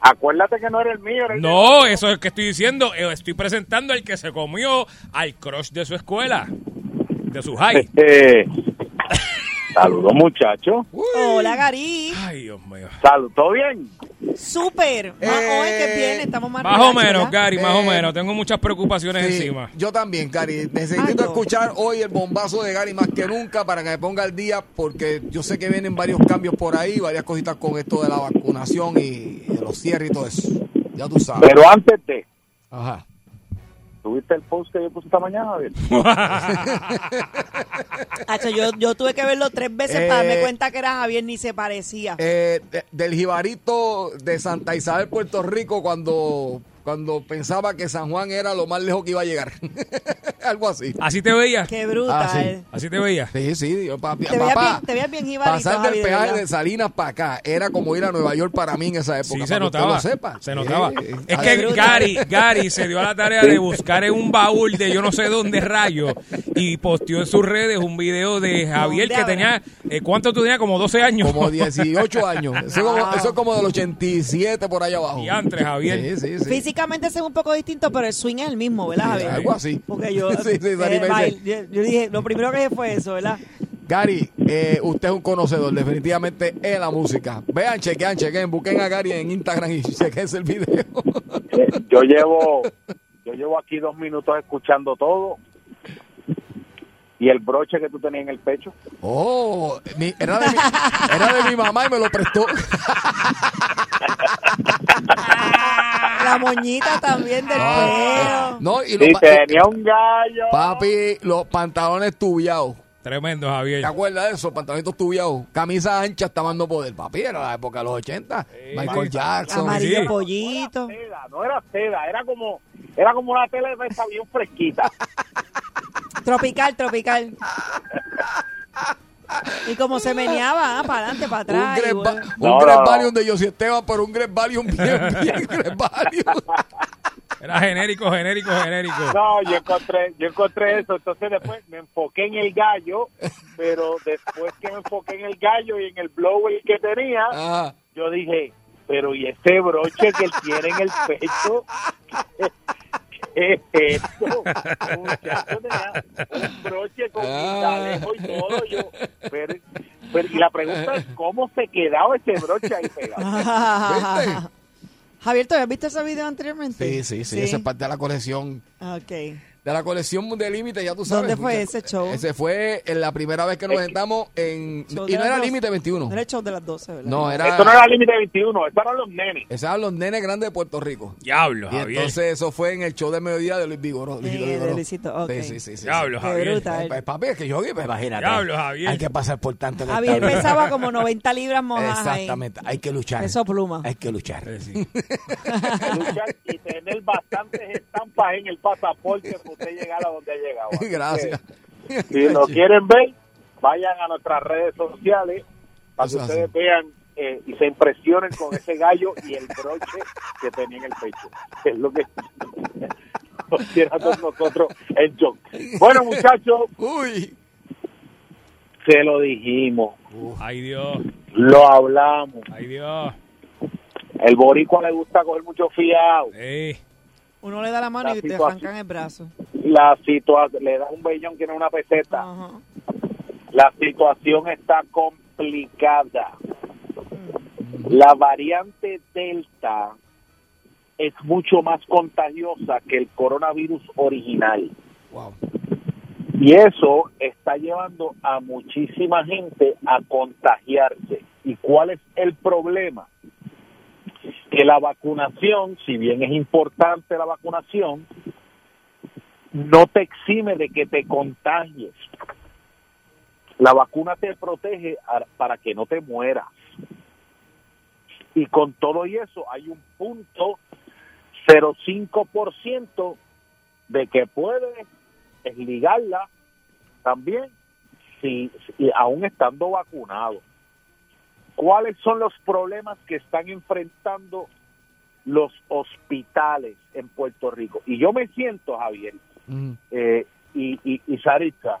[SPEAKER 12] Acuérdate que no eres el mío, eres
[SPEAKER 7] No, eso es lo que estoy diciendo. Eh, Estoy presentando al que se comió al crush de su escuela, de su high.
[SPEAKER 17] Este, [LAUGHS]
[SPEAKER 12] Eh, Saludos, muchachos.
[SPEAKER 4] Hola, Gary.
[SPEAKER 7] Ay, Dios mío.
[SPEAKER 12] Salud, ¿todo bien?
[SPEAKER 4] Súper. Más hoy que viene, estamos más
[SPEAKER 7] Más o
[SPEAKER 4] relax,
[SPEAKER 7] menos,
[SPEAKER 4] ¿verdad?
[SPEAKER 7] Gary, más o
[SPEAKER 3] Eh,
[SPEAKER 7] menos. Tengo muchas preocupaciones
[SPEAKER 3] Sí,
[SPEAKER 7] encima.
[SPEAKER 3] Yo también, Gary. Necesito escuchar hoy el bombazo de Gary más que nunca para que me ponga al día, porque yo sé que vienen varios cambios por ahí, varias cositas con esto de la vacunación y de los cierres y todo eso. Ya tú sabes.
[SPEAKER 12] Pero antes de,
[SPEAKER 3] Ajá.
[SPEAKER 12] ¿tuviste el post que yo puse esta mañana, Javier?
[SPEAKER 3] [LAUGHS]
[SPEAKER 4] Hacho, yo, yo tuve que verlo tres veces
[SPEAKER 3] Eh.
[SPEAKER 4] para darme cuenta que era Javier, ni se parecía.
[SPEAKER 3] Eh, de- del jibarito de Santa Isabel, Puerto Rico, cuando cuando pensaba que San Juan era lo más lejos que iba a llegar. Algo así.
[SPEAKER 7] ¿Así te veías?
[SPEAKER 4] Qué brutal.
[SPEAKER 3] Así.
[SPEAKER 7] ¿Así te veías?
[SPEAKER 3] Sí, sí. Yo, papi,
[SPEAKER 4] Te veías
[SPEAKER 3] papá,
[SPEAKER 4] bien, Ah, te veías bien jibarito,
[SPEAKER 3] pasar
[SPEAKER 4] Javi,
[SPEAKER 3] del
[SPEAKER 4] de
[SPEAKER 3] peaje
[SPEAKER 4] verdad.
[SPEAKER 3] de Salinas para acá era como ir a Nueva York para mí en esa época.
[SPEAKER 7] Sí, se
[SPEAKER 3] para que usted
[SPEAKER 7] notaba.
[SPEAKER 3] lo sepa.
[SPEAKER 7] Se notaba.
[SPEAKER 3] Sí,
[SPEAKER 7] es
[SPEAKER 3] así.
[SPEAKER 7] que Gary, Gary se dio a la tarea de buscar en un baúl de yo no sé dónde rayo y posteó en sus redes un video de Javier que tenía, eh, ¿cuánto tú tenías? Como 12 años.
[SPEAKER 3] [LAUGHS] Como 18 años.
[SPEAKER 7] [LAUGHS]
[SPEAKER 3] Eso, es
[SPEAKER 4] Ah.
[SPEAKER 3] como- eso es como del 87 por allá abajo.
[SPEAKER 7] Diantre, Javier.
[SPEAKER 3] Sí, sí, sí.
[SPEAKER 4] Físicamente se ve un poco distinto, pero el swing es el mismo, ¿verdad, Javier?
[SPEAKER 3] Algo así.
[SPEAKER 4] Porque yo,
[SPEAKER 3] Sí, [LAUGHS] sí,
[SPEAKER 4] eh,
[SPEAKER 3] Dani me
[SPEAKER 4] bail-
[SPEAKER 3] dice.
[SPEAKER 4] yo, yo dije, lo primero que dije fue eso, ¿verdad?
[SPEAKER 3] Gary, eh, usted es un conocedor definitivamente en la música. Vean, chequean, chequen, busquen a Gary en Instagram y [LAUGHS] chequen el video.
[SPEAKER 17] Yo llevo, yo llevo aquí dos minutos escuchando todo. Y el broche que tú tenías en el pecho.
[SPEAKER 3] Oh, mi- era, de mi, era de mi mamá y me lo prestó.
[SPEAKER 4] La moñita también del
[SPEAKER 3] Ah.
[SPEAKER 4] pelo.
[SPEAKER 3] No, y
[SPEAKER 4] Sí,
[SPEAKER 3] tenía
[SPEAKER 17] un gallo.
[SPEAKER 3] Papi, los pantalones tubiados.
[SPEAKER 7] Tremendo, Javier.
[SPEAKER 3] ¿Te acuerdas de eso? Pantalones tubiados. Camisas anchas estaban no poder. Papi, era la época de los 80. Michael Jackson.
[SPEAKER 4] Amarillo
[SPEAKER 3] Sí.
[SPEAKER 4] pollito.
[SPEAKER 17] No era seda, era como, era como una tela de esa bien [LAUGHS] fresquita.
[SPEAKER 4] Tropical, tropical. Y como se meneaba, ah, para adelante, para
[SPEAKER 3] Un
[SPEAKER 4] atrás. y
[SPEAKER 3] Gres
[SPEAKER 4] bueno.
[SPEAKER 3] Ba- un
[SPEAKER 7] No,
[SPEAKER 3] Gres
[SPEAKER 7] no, no.
[SPEAKER 3] Valium de Josie Esteban, pero un Gres Valium bien, bien Gres
[SPEAKER 4] [LAUGHS]
[SPEAKER 3] Valium.
[SPEAKER 7] Era genérico, genérico, genérico.
[SPEAKER 17] No, yo encontré, yo encontré eso. Entonces después me enfoqué en el gallo, pero después que me enfoqué en el gallo y en el blower que tenía, yo dije, pero y ese broche que él tiene en el pecho, ¿qué, qué es esto? Muchacho, tenía un broche con
[SPEAKER 1] Ah.
[SPEAKER 17] pintalejo y todo. Yo, pero, pero- y la
[SPEAKER 1] Ah,
[SPEAKER 17] pregunta es, ¿cómo se quedaba ese broche ahí pegado?
[SPEAKER 4] Javier, ¿tú habías visto ese video anteriormente?
[SPEAKER 3] Sí, sí, sí, esa es parte de la colección.
[SPEAKER 4] Ok.
[SPEAKER 3] De la colección de límite, ya tú sabes.
[SPEAKER 4] ¿Dónde fue
[SPEAKER 3] muchacho.
[SPEAKER 4] ese show?
[SPEAKER 3] Ese fue en la primera vez que nos sentamos en...
[SPEAKER 4] Show
[SPEAKER 3] Y
[SPEAKER 4] de
[SPEAKER 3] no
[SPEAKER 4] las
[SPEAKER 3] era
[SPEAKER 4] dos.
[SPEAKER 3] límite 21.
[SPEAKER 4] No era el show de las 12, ¿verdad?
[SPEAKER 3] No, era...
[SPEAKER 17] Esto no era límite 21, esto eran los nenes.
[SPEAKER 3] Esos eran los nenes grandes de Puerto Rico.
[SPEAKER 7] Diablo,
[SPEAKER 3] Y
[SPEAKER 7] Javier.
[SPEAKER 3] entonces eso fue en el show de mediodía de Luis Vigoró. Luisito
[SPEAKER 4] Eh, de
[SPEAKER 3] Vigoró.
[SPEAKER 4] Luisito, ok.
[SPEAKER 3] Sí, sí, sí, sí, sí.
[SPEAKER 7] Diablo, Qué Javier. brutal.
[SPEAKER 3] Pues, Papi, es que yo, pues, imagínate.
[SPEAKER 7] Diablo, Javier.
[SPEAKER 3] Hay que pasar por tanto. en esta
[SPEAKER 4] Javier
[SPEAKER 3] vida.
[SPEAKER 4] pesaba como
[SPEAKER 3] [LAUGHS]
[SPEAKER 4] 90 libras mojadas
[SPEAKER 3] Exactamente, hay que luchar.
[SPEAKER 4] Eso pluma.
[SPEAKER 3] Hay que luchar.
[SPEAKER 17] Luchar y tener bastantes estampas en el pasaporte para usted llegar a donde ha
[SPEAKER 3] [LAUGHS]
[SPEAKER 17] llegado. Así que,
[SPEAKER 3] Gracias.
[SPEAKER 17] Si lo quieren ver, vayan a nuestras redes sociales para que
[SPEAKER 3] Eso es
[SPEAKER 17] ustedes vean eh, y se impresionen con ese gallo y el broche que tenía en el pecho. [LAUGHS] que Es lo que nos tiene a todos nosotros el shock. Bueno, muchachos.
[SPEAKER 3] Uy.
[SPEAKER 17] Se lo dijimos,
[SPEAKER 7] Ay, Dios.
[SPEAKER 17] lo hablamos.
[SPEAKER 7] Ay, Dios.
[SPEAKER 17] El boricua le gusta coger mucho fiado.
[SPEAKER 4] Uno le da la mano
[SPEAKER 17] La
[SPEAKER 4] y te
[SPEAKER 17] situación.
[SPEAKER 4] arrancan el brazo.
[SPEAKER 17] La situación, le das un bellón que no es una peseta.
[SPEAKER 4] Ajá.
[SPEAKER 17] La situación está complicada. La variante Delta es mucho más contagiosa que el coronavirus original. Y eso está llevando a muchísima gente a contagiarse. ¿Y cuál es el problema? Que la vacunación, si bien es importante la vacunación, no te exime de que te contagies. La vacuna te protege a- para que no te mueras. Y con todo y eso hay un punto 0.5% de que puedes desligarla también si, si- aún estando vacunado. ¿Cuáles son los problemas que están enfrentando los hospitales en Puerto Rico? Y yo me siento, Javier, eh, y, y, y Saritza,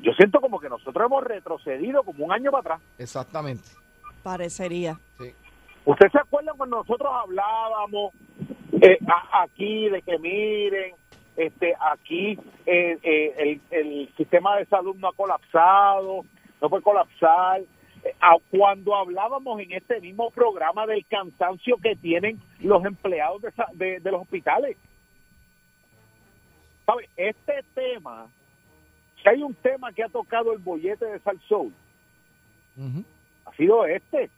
[SPEAKER 17] yo siento como que nosotros hemos retrocedido como un año para atrás.
[SPEAKER 3] Exactamente.
[SPEAKER 4] Parecería.
[SPEAKER 17] ¿Usted se acuerda cuando nosotros hablábamos eh, a- aquí de que miren, este, aquí eh, eh, el, el sistema de salud no ha colapsado, no puede colapsar? Eh, a- Cuando hablábamos en este mismo programa del cansancio que tienen los empleados de, esa- de- de los hospitales. ¿Sabe? Este tema, si hay un tema que ha tocado el bollete de Sal Soul, ha sido este.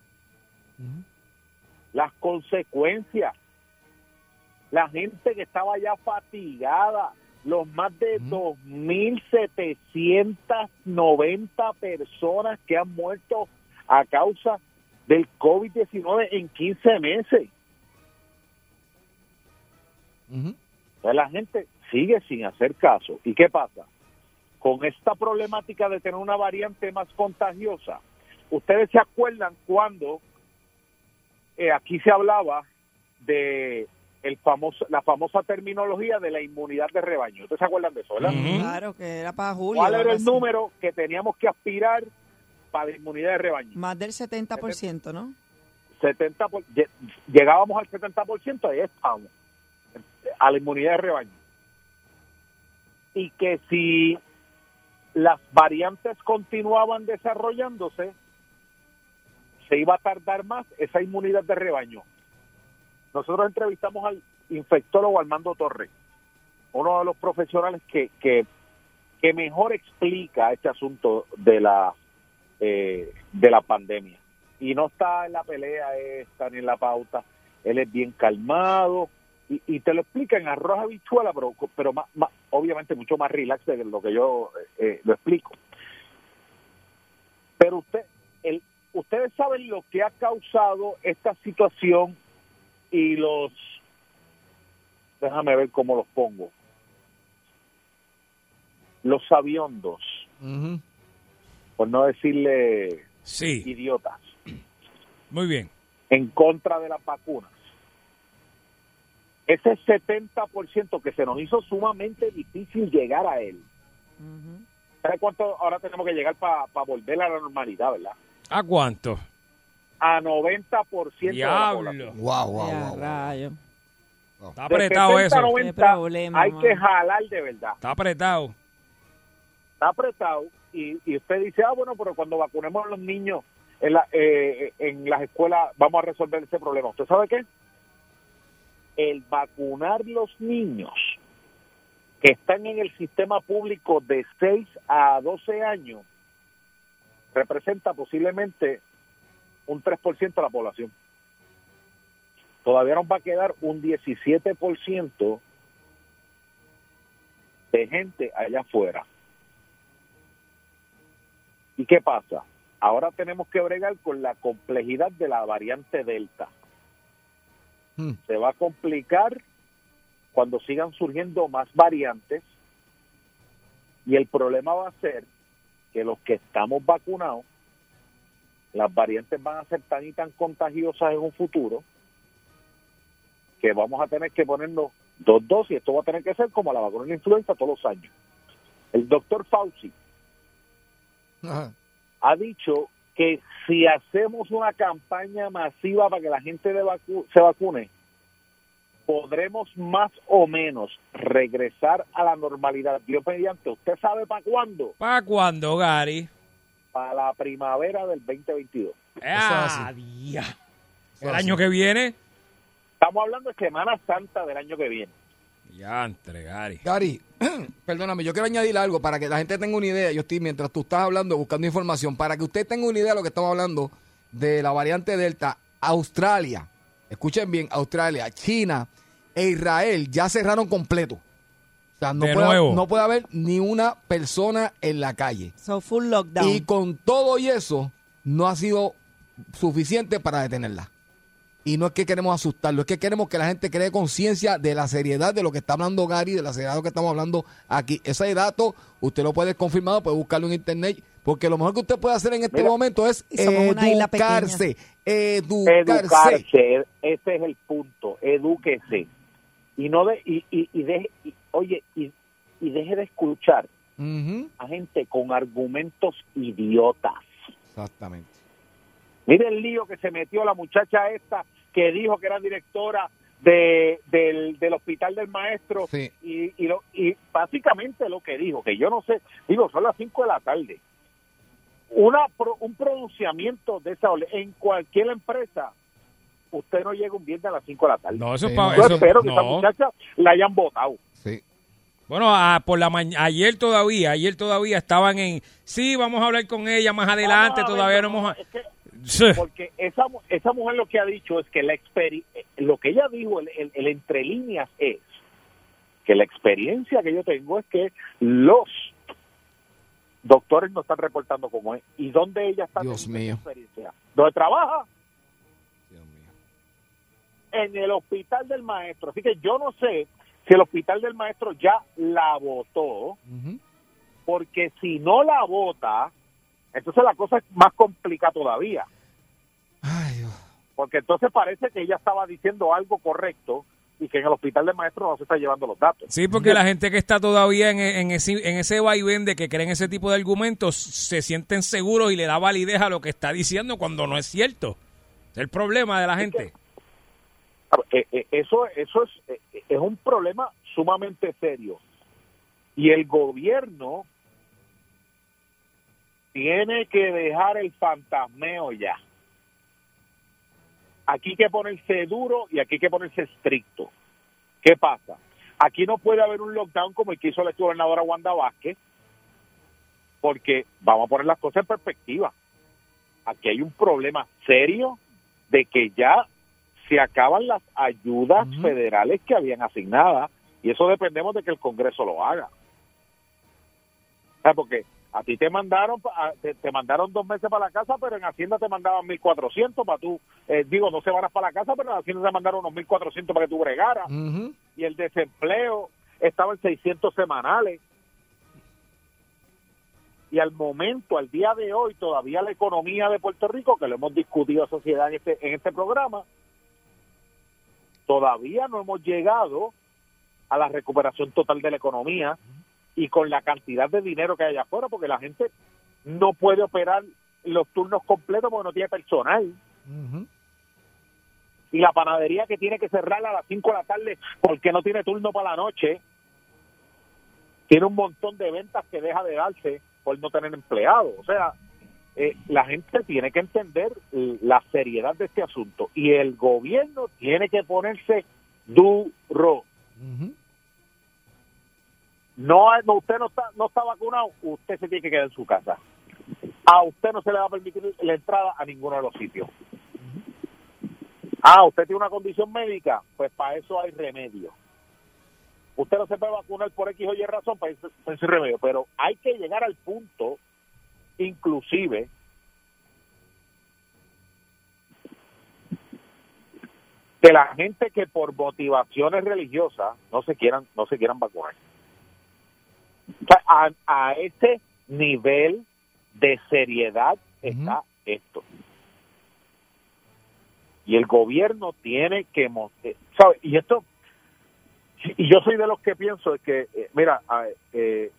[SPEAKER 17] Las consecuencias. La gente que estaba ya fatigada, los más de 2.790 personas que han muerto a causa del COVID-19 en 15 meses. Entonces la gente sigue sin hacer caso. ¿Y qué pasa? Con esta problemática de tener una variante más contagiosa, ustedes se acuerdan cuando eh, aquí se hablaba de el famoso, la famosa terminología de la inmunidad de rebaño. ¿Ustedes se acuerdan de eso? verdad?
[SPEAKER 4] Claro, que era para julio.
[SPEAKER 17] ¿Cuál
[SPEAKER 4] algo
[SPEAKER 17] era el
[SPEAKER 4] así.
[SPEAKER 17] número que teníamos que aspirar para la inmunidad de rebaño?
[SPEAKER 4] Más del 70%, ¿no?
[SPEAKER 17] 70 por- lle- llegábamos al 70%, ahí estamos, eh, a la inmunidad de rebaño. Y que si las variantes continuaban desarrollándose, se iba a tardar más esa inmunidad de rebaño. Nosotros entrevistamos al infectólogo Armando Torres, uno de los profesionales que, que, que mejor explica este asunto de la, eh, de la pandemia y no está en la pelea esta ni en la pauta. Él es bien calmado y, y te lo explica en arroz habichuela, pero, pero más- más- obviamente mucho más relax de lo que yo eh, lo explico. Pero usted, el, ustedes saben lo que ha causado esta situación y los... Déjame ver cómo los pongo. Los sabiondos, por no decirle idiotas
[SPEAKER 7] Muy bien.
[SPEAKER 17] en contra de las vacunas. Ese 70% que se nos hizo sumamente difícil llegar a él. ¿Sabe cuánto ahora tenemos que llegar para volver a la normalidad, verdad?
[SPEAKER 7] ¿A cuánto?
[SPEAKER 17] A 90% de la
[SPEAKER 7] Diablo.
[SPEAKER 17] población.
[SPEAKER 7] Wow, wow,
[SPEAKER 4] Ya, rayo.
[SPEAKER 7] Está apretado
[SPEAKER 17] de 70
[SPEAKER 7] eso.
[SPEAKER 17] a 90, hay que jalar de verdad.
[SPEAKER 7] Está apretado.
[SPEAKER 17] Está apretado y, y usted dice, ah, bueno, pero cuando vacunemos a los niños en, la- eh, en las escuelas vamos a resolver ese problema. ¿Usted sabe qué? El vacunar los niños que están en el sistema público de 6 a 12 años representa posiblemente un 3% de la población. Todavía nos va a quedar un 17% de gente allá afuera. ¿Y qué pasa? Ahora tenemos que bregar con la complejidad de la variante Delta.
[SPEAKER 3] Hmm.
[SPEAKER 17] Se va a complicar cuando sigan surgiendo más variantes y el problema va a ser que los que estamos vacunados, las variantes van a ser tan y tan contagiosas en un futuro que vamos a tener que ponernos dos dosis. Esto va a tener que ser como la vacuna de la influenza todos los años. El doctor Fauci ha dicho que si hacemos una campaña masiva para que la gente de vacu- se vacune, podremos más o menos regresar a la normalidad. Dios mediante, ¿usted sabe para cuándo?
[SPEAKER 7] ¿Para cuándo, Gary?
[SPEAKER 17] Para la primavera del 2022.
[SPEAKER 7] Ah, día. El año que viene.
[SPEAKER 17] Estamos hablando de Semana Santa del año que viene.
[SPEAKER 7] Ya, entre Gary.
[SPEAKER 3] Gary, [CLEARS THROAT] perdóname, yo quiero añadir algo para que la gente tenga una idea. Yo estoy, mientras tú estás hablando, buscando información, para que usted tenga una idea de lo que estamos hablando de la variante Delta. Australia, escuchen bien, Australia, China e Israel ya cerraron completo. O sea, no,
[SPEAKER 7] De
[SPEAKER 3] puede,
[SPEAKER 7] nuevo.
[SPEAKER 3] no puede haber ni una persona en la calle.
[SPEAKER 4] So full lockdown.
[SPEAKER 3] Y con todo y eso, no ha sido suficiente para detenerla. Y no es que queremos asustarlo, es que queremos que la gente cree conciencia de la seriedad de lo que está hablando Gary, de la seriedad de lo que estamos hablando aquí. Ese dato usted lo puede confirmar, puede buscarlo en internet, porque lo mejor que usted puede hacer en este
[SPEAKER 17] Mira.
[SPEAKER 3] momento es
[SPEAKER 17] Y somos una isla pequeña.
[SPEAKER 3] educarse, educarse.
[SPEAKER 17] Educarse, ese es el punto, edúquese. Y no de, y, y, y deje, y- oye, y, y deje de escuchar a gente con argumentos idiotas.
[SPEAKER 3] Exactamente.
[SPEAKER 17] Mire el lío que se metió la muchacha esta que dijo que era directora de, del, del hospital del maestro
[SPEAKER 3] Sí.
[SPEAKER 17] y, y, lo, y básicamente lo que dijo, que yo no sé, digo, son las 5 de la tarde. Una, pro- un pronunciamiento de esa ole- en cualquier empresa, usted no llega un viernes a las 5 de la tarde.
[SPEAKER 7] No, eso es
[SPEAKER 17] Sí,
[SPEAKER 7] pa-
[SPEAKER 17] Yo
[SPEAKER 7] eso-
[SPEAKER 17] espero que
[SPEAKER 7] no.
[SPEAKER 17] esa muchacha la hayan votado.
[SPEAKER 7] Bueno, a- por la mañana, ayer todavía, ayer todavía estaban en, sí, vamos a hablar con ella más adelante,
[SPEAKER 17] Vamos a
[SPEAKER 7] todavía
[SPEAKER 17] ver,
[SPEAKER 7] no hemos...
[SPEAKER 17] es que-
[SPEAKER 7] Sí.
[SPEAKER 17] Porque esa, mu- esa mujer lo que ha dicho es que la experi- lo que ella dijo, el, el- el entre líneas es que la experiencia que yo tengo es que los doctores no están reportando como es. ¿Y dónde ella está
[SPEAKER 3] Dios
[SPEAKER 17] teniendo
[SPEAKER 3] mío.
[SPEAKER 17] esa experiencia? ¿Dónde trabaja? En el hospital del maestro. Así que yo no sé Si el hospital del maestro ya la votó, porque si no la vota, entonces la cosa es más complicada todavía. Porque entonces parece que ella estaba diciendo algo correcto y que en el hospital del maestro no se está llevando los datos.
[SPEAKER 7] Sí, porque la gente que está todavía en, e, en ese, en ese vaivén de que creen ese tipo de argumentos se sienten seguros y le da validez a lo que está diciendo cuando no es cierto. Es el problema de la gente.
[SPEAKER 17] Eh, eh, eso eso es, eh, es un problema sumamente serio. Y el gobierno tiene que dejar el fantasmeo ya. Aquí hay que ponerse duro y aquí hay que ponerse estricto. ¿Qué pasa? Aquí no puede haber un lockdown como el que hizo la gobernadora Wanda Vázquez, porque vamos a poner las cosas en perspectiva. Aquí hay un problema serio de que ya se acaban las ayudas federales que habían asignadas y eso dependemos de que el Congreso lo haga. O sea, Porque a ti te mandaron pa- a- te, te mandaron dos meses para la casa, pero en Hacienda te mandaban 1.400 para tú, eh, digo, dos semanas para la casa, pero en Hacienda te mandaron unos 1.400 para que tú bregaras. Y el desempleo estaba en 600 semanales. Y al momento, al día de hoy, todavía la economía de Puerto Rico, que lo hemos discutido a sociedad en este, en este programa, todavía no hemos llegado a la recuperación total de la economía y con la cantidad de dinero que hay allá afuera, porque la gente no puede operar los turnos completos porque no tiene personal. Y la panadería que tiene que cerrar a las 5 de la tarde porque no tiene turno para la noche, tiene un montón de ventas que deja de darse por no tener empleados. O sea, eh, la gente tiene que entender eh, la seriedad de este asunto y el gobierno tiene que ponerse duro. No, no, usted no está, no está vacunado, usted se tiene que quedar en su casa. A usted no se le va a permitir la entrada a ninguno de los sitios. Ah, usted tiene una condición médica, pues para eso hay remedio. Usted no se puede vacunar por X o Y razón, para eso para eso hay remedio. Pero hay que llegar al punto, inclusive, de la gente que por motivaciones religiosas no se quieran, no se quieran vacunar. O sea, a, a ese nivel de seriedad está esto. Y el gobierno tiene que... mo- eh, ¿sabe? Y esto... Y yo soy de los que pienso de que, eh, mira, a- eh,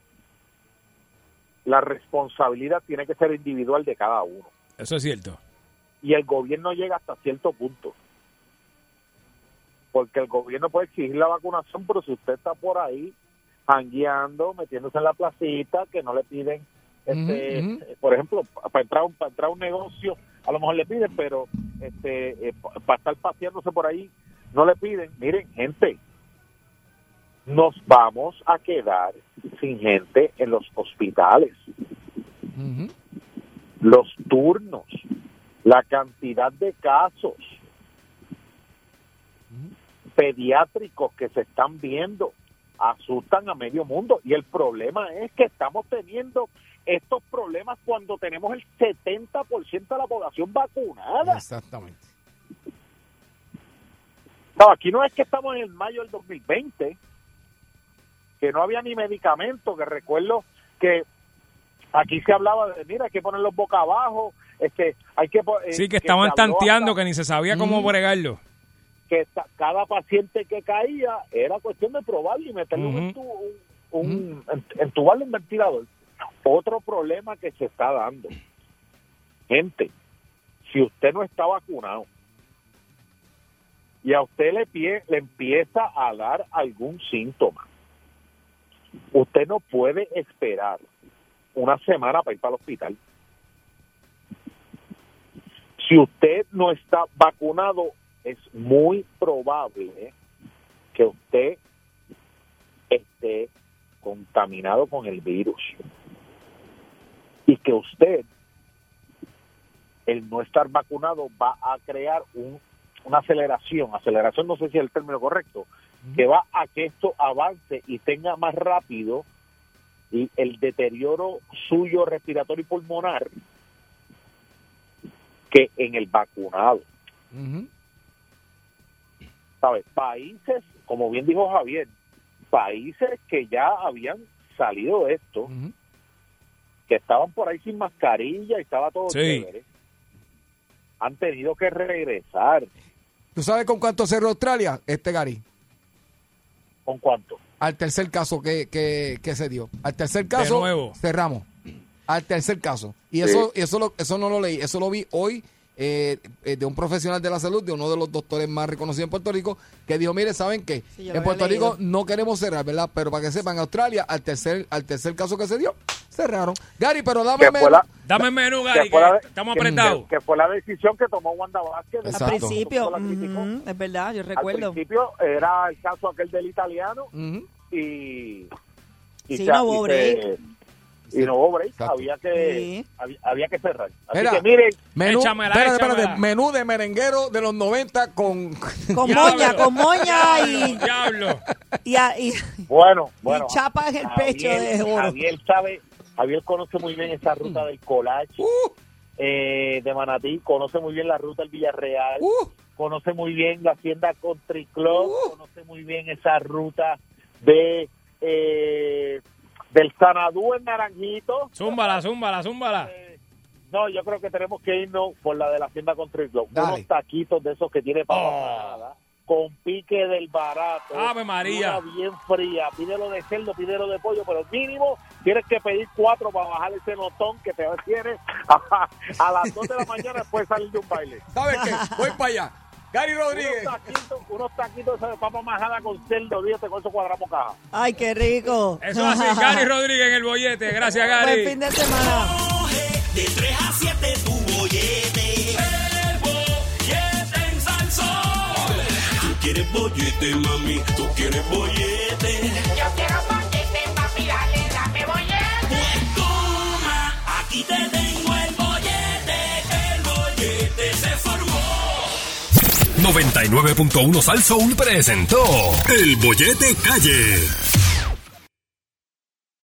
[SPEAKER 17] la responsabilidad tiene que ser individual de cada uno
[SPEAKER 7] Eso es cierto.
[SPEAKER 17] y el gobierno llega hasta cierto punto. Porque el gobierno puede exigir la vacunación, pero si usted está por ahí jangueando, metiéndose en la placita, que no le piden, este,
[SPEAKER 1] Ujú, ujú.
[SPEAKER 17] eh, por ejemplo, pa- para entrar, a un- para entrar a un negocio, a lo mejor le piden, pero este, eh, pa- para estar paseándose por ahí, no le piden. Miren, gente, nos vamos a quedar sin gente en los hospitales. Los turnos, la cantidad de casos pediátricos que se están viendo asustan a medio mundo y el problema es que estamos teniendo estos problemas cuando tenemos el 70% de la población vacunada.
[SPEAKER 3] Exactamente.
[SPEAKER 17] No, aquí no es que estamos en el mayo del 2020, que no había ni medicamento, que recuerdo que aquí se hablaba de, mira, hay que ponerlos boca abajo, este, hay que... po- eh,
[SPEAKER 7] Sí, que
[SPEAKER 17] se
[SPEAKER 7] estaban
[SPEAKER 17] habló
[SPEAKER 7] tanteando,
[SPEAKER 17] hasta
[SPEAKER 7] que ni se sabía cómo
[SPEAKER 17] Mm.
[SPEAKER 7] bregarlo.
[SPEAKER 17] que ta- cada paciente que caía era cuestión de probarlo y meterlo en tu- un, un- ent- entubarlo en ventilador. Otro problema que se está dando. Gente, si usted no está vacunado y a usted le, pie- le empieza a dar algún síntoma, usted no puede esperar una semana para ir para el hospital. Si usted no está vacunado, es muy probable que usted esté contaminado con el virus y que usted, el no estar vacunado, va a crear un- una aceleración, aceleración no sé si es el término correcto, que va a que esto avance y tenga más rápido y el deterioro suyo respiratorio y pulmonar que en el vacunado. ¿sabes? Países, como bien dijo Javier, países que ya habían salido de esto, que estaban por ahí sin mascarilla y estaba todo
[SPEAKER 3] Sí.
[SPEAKER 17] chévere, han tenido que regresar.
[SPEAKER 3] ¿Tú sabes con cuánto cerró Australia, este Gary?
[SPEAKER 17] ¿Con cuánto?
[SPEAKER 3] Al tercer caso que, que, que se dio. Al tercer caso
[SPEAKER 7] nuevo.
[SPEAKER 3] cerramos. Al tercer caso. Y
[SPEAKER 7] Sí.
[SPEAKER 3] eso, y eso, lo- eso no lo leí, eso lo vi hoy eh, eh, de un profesional de la salud, de uno de los doctores más reconocidos en Puerto Rico, que dijo, mire, ¿saben qué?
[SPEAKER 4] Sí, yo lo
[SPEAKER 3] en
[SPEAKER 4] había
[SPEAKER 3] Puerto
[SPEAKER 4] leído.
[SPEAKER 3] Rico no queremos cerrar, ¿verdad? Pero para que sepan, Australia, al tercer, al tercer caso que se dio, cerraron. Gary, pero dame
[SPEAKER 17] Que fue la-
[SPEAKER 7] Dame menú, Gary, que estamos apretados.
[SPEAKER 17] Que, fue la decisión que tomó Wanda Vázquez.
[SPEAKER 3] Exacto.
[SPEAKER 4] Al principio, ujú, es verdad, yo recuerdo.
[SPEAKER 17] Al principio era el caso aquel del italiano
[SPEAKER 3] Ujú.
[SPEAKER 17] y,
[SPEAKER 4] Sí,
[SPEAKER 17] se-
[SPEAKER 4] no hubo
[SPEAKER 17] y se-
[SPEAKER 4] break.
[SPEAKER 17] y no hubo break,
[SPEAKER 3] Exacto.
[SPEAKER 17] había que
[SPEAKER 3] Sí.
[SPEAKER 17] había, había que cerrar. Así
[SPEAKER 3] Mira,
[SPEAKER 17] que miren,
[SPEAKER 3] menú,
[SPEAKER 17] Échamela,
[SPEAKER 3] espérate, espérate,
[SPEAKER 17] échamela.
[SPEAKER 3] menú de merenguero de los 90 con...
[SPEAKER 4] Con
[SPEAKER 3] [LAUGHS]
[SPEAKER 4] moña, con moña y,
[SPEAKER 7] Diablo.
[SPEAKER 4] y, a- y-
[SPEAKER 17] Bueno, bueno. ah.
[SPEAKER 4] y chapa en el pecho de oro.
[SPEAKER 17] Javier sabe, Javier conoce muy bien esa ruta del Colache, eh, de Manatí, conoce muy bien la ruta del Villarreal, conoce muy bien la hacienda Country Club, conoce muy bien esa ruta de eh, del Sanadú en Naranjito.
[SPEAKER 7] Zúmbala,
[SPEAKER 4] [LAUGHS]
[SPEAKER 7] zúmbala, zúmbala.
[SPEAKER 17] No, yo creo que tenemos que irnos por la de la hacienda Country Club. Unos taquitos de esos que tiene para
[SPEAKER 3] Oh.
[SPEAKER 17] con pique del barato.
[SPEAKER 7] Ave María.
[SPEAKER 17] Una bien fría. Pídelo de cerdo, pídelo de pollo, pero mínimo tienes que pedir cuatro para bajar ese notón que te tienes a, a las dos de la mañana después de salir de un baile.
[SPEAKER 3] ¿Sabes qué? Voy para allá. Gary Rodríguez.
[SPEAKER 17] Unos taquitos, unos taquitos de papa majada con cerdo, olvídate, con eso cuadramos caja.
[SPEAKER 4] Ay, qué rico.
[SPEAKER 7] Eso
[SPEAKER 4] [LAUGHS]
[SPEAKER 7] hace Gary Rodríguez en el bollete. Gracias, Gary.
[SPEAKER 4] Buen fin de semana.
[SPEAKER 1] De 3 a 7 tu bollete. El bollete en Salsón.
[SPEAKER 15] Tú quieres bollete, mami, tú quieres bollete.
[SPEAKER 1] Yo quiero bollete, papi, dale, dame bollete. Pues toma, aquí te tengo el bollete. El bollete se formó.
[SPEAKER 18] 99.1 Sal Soul presentó El Bollete Calle.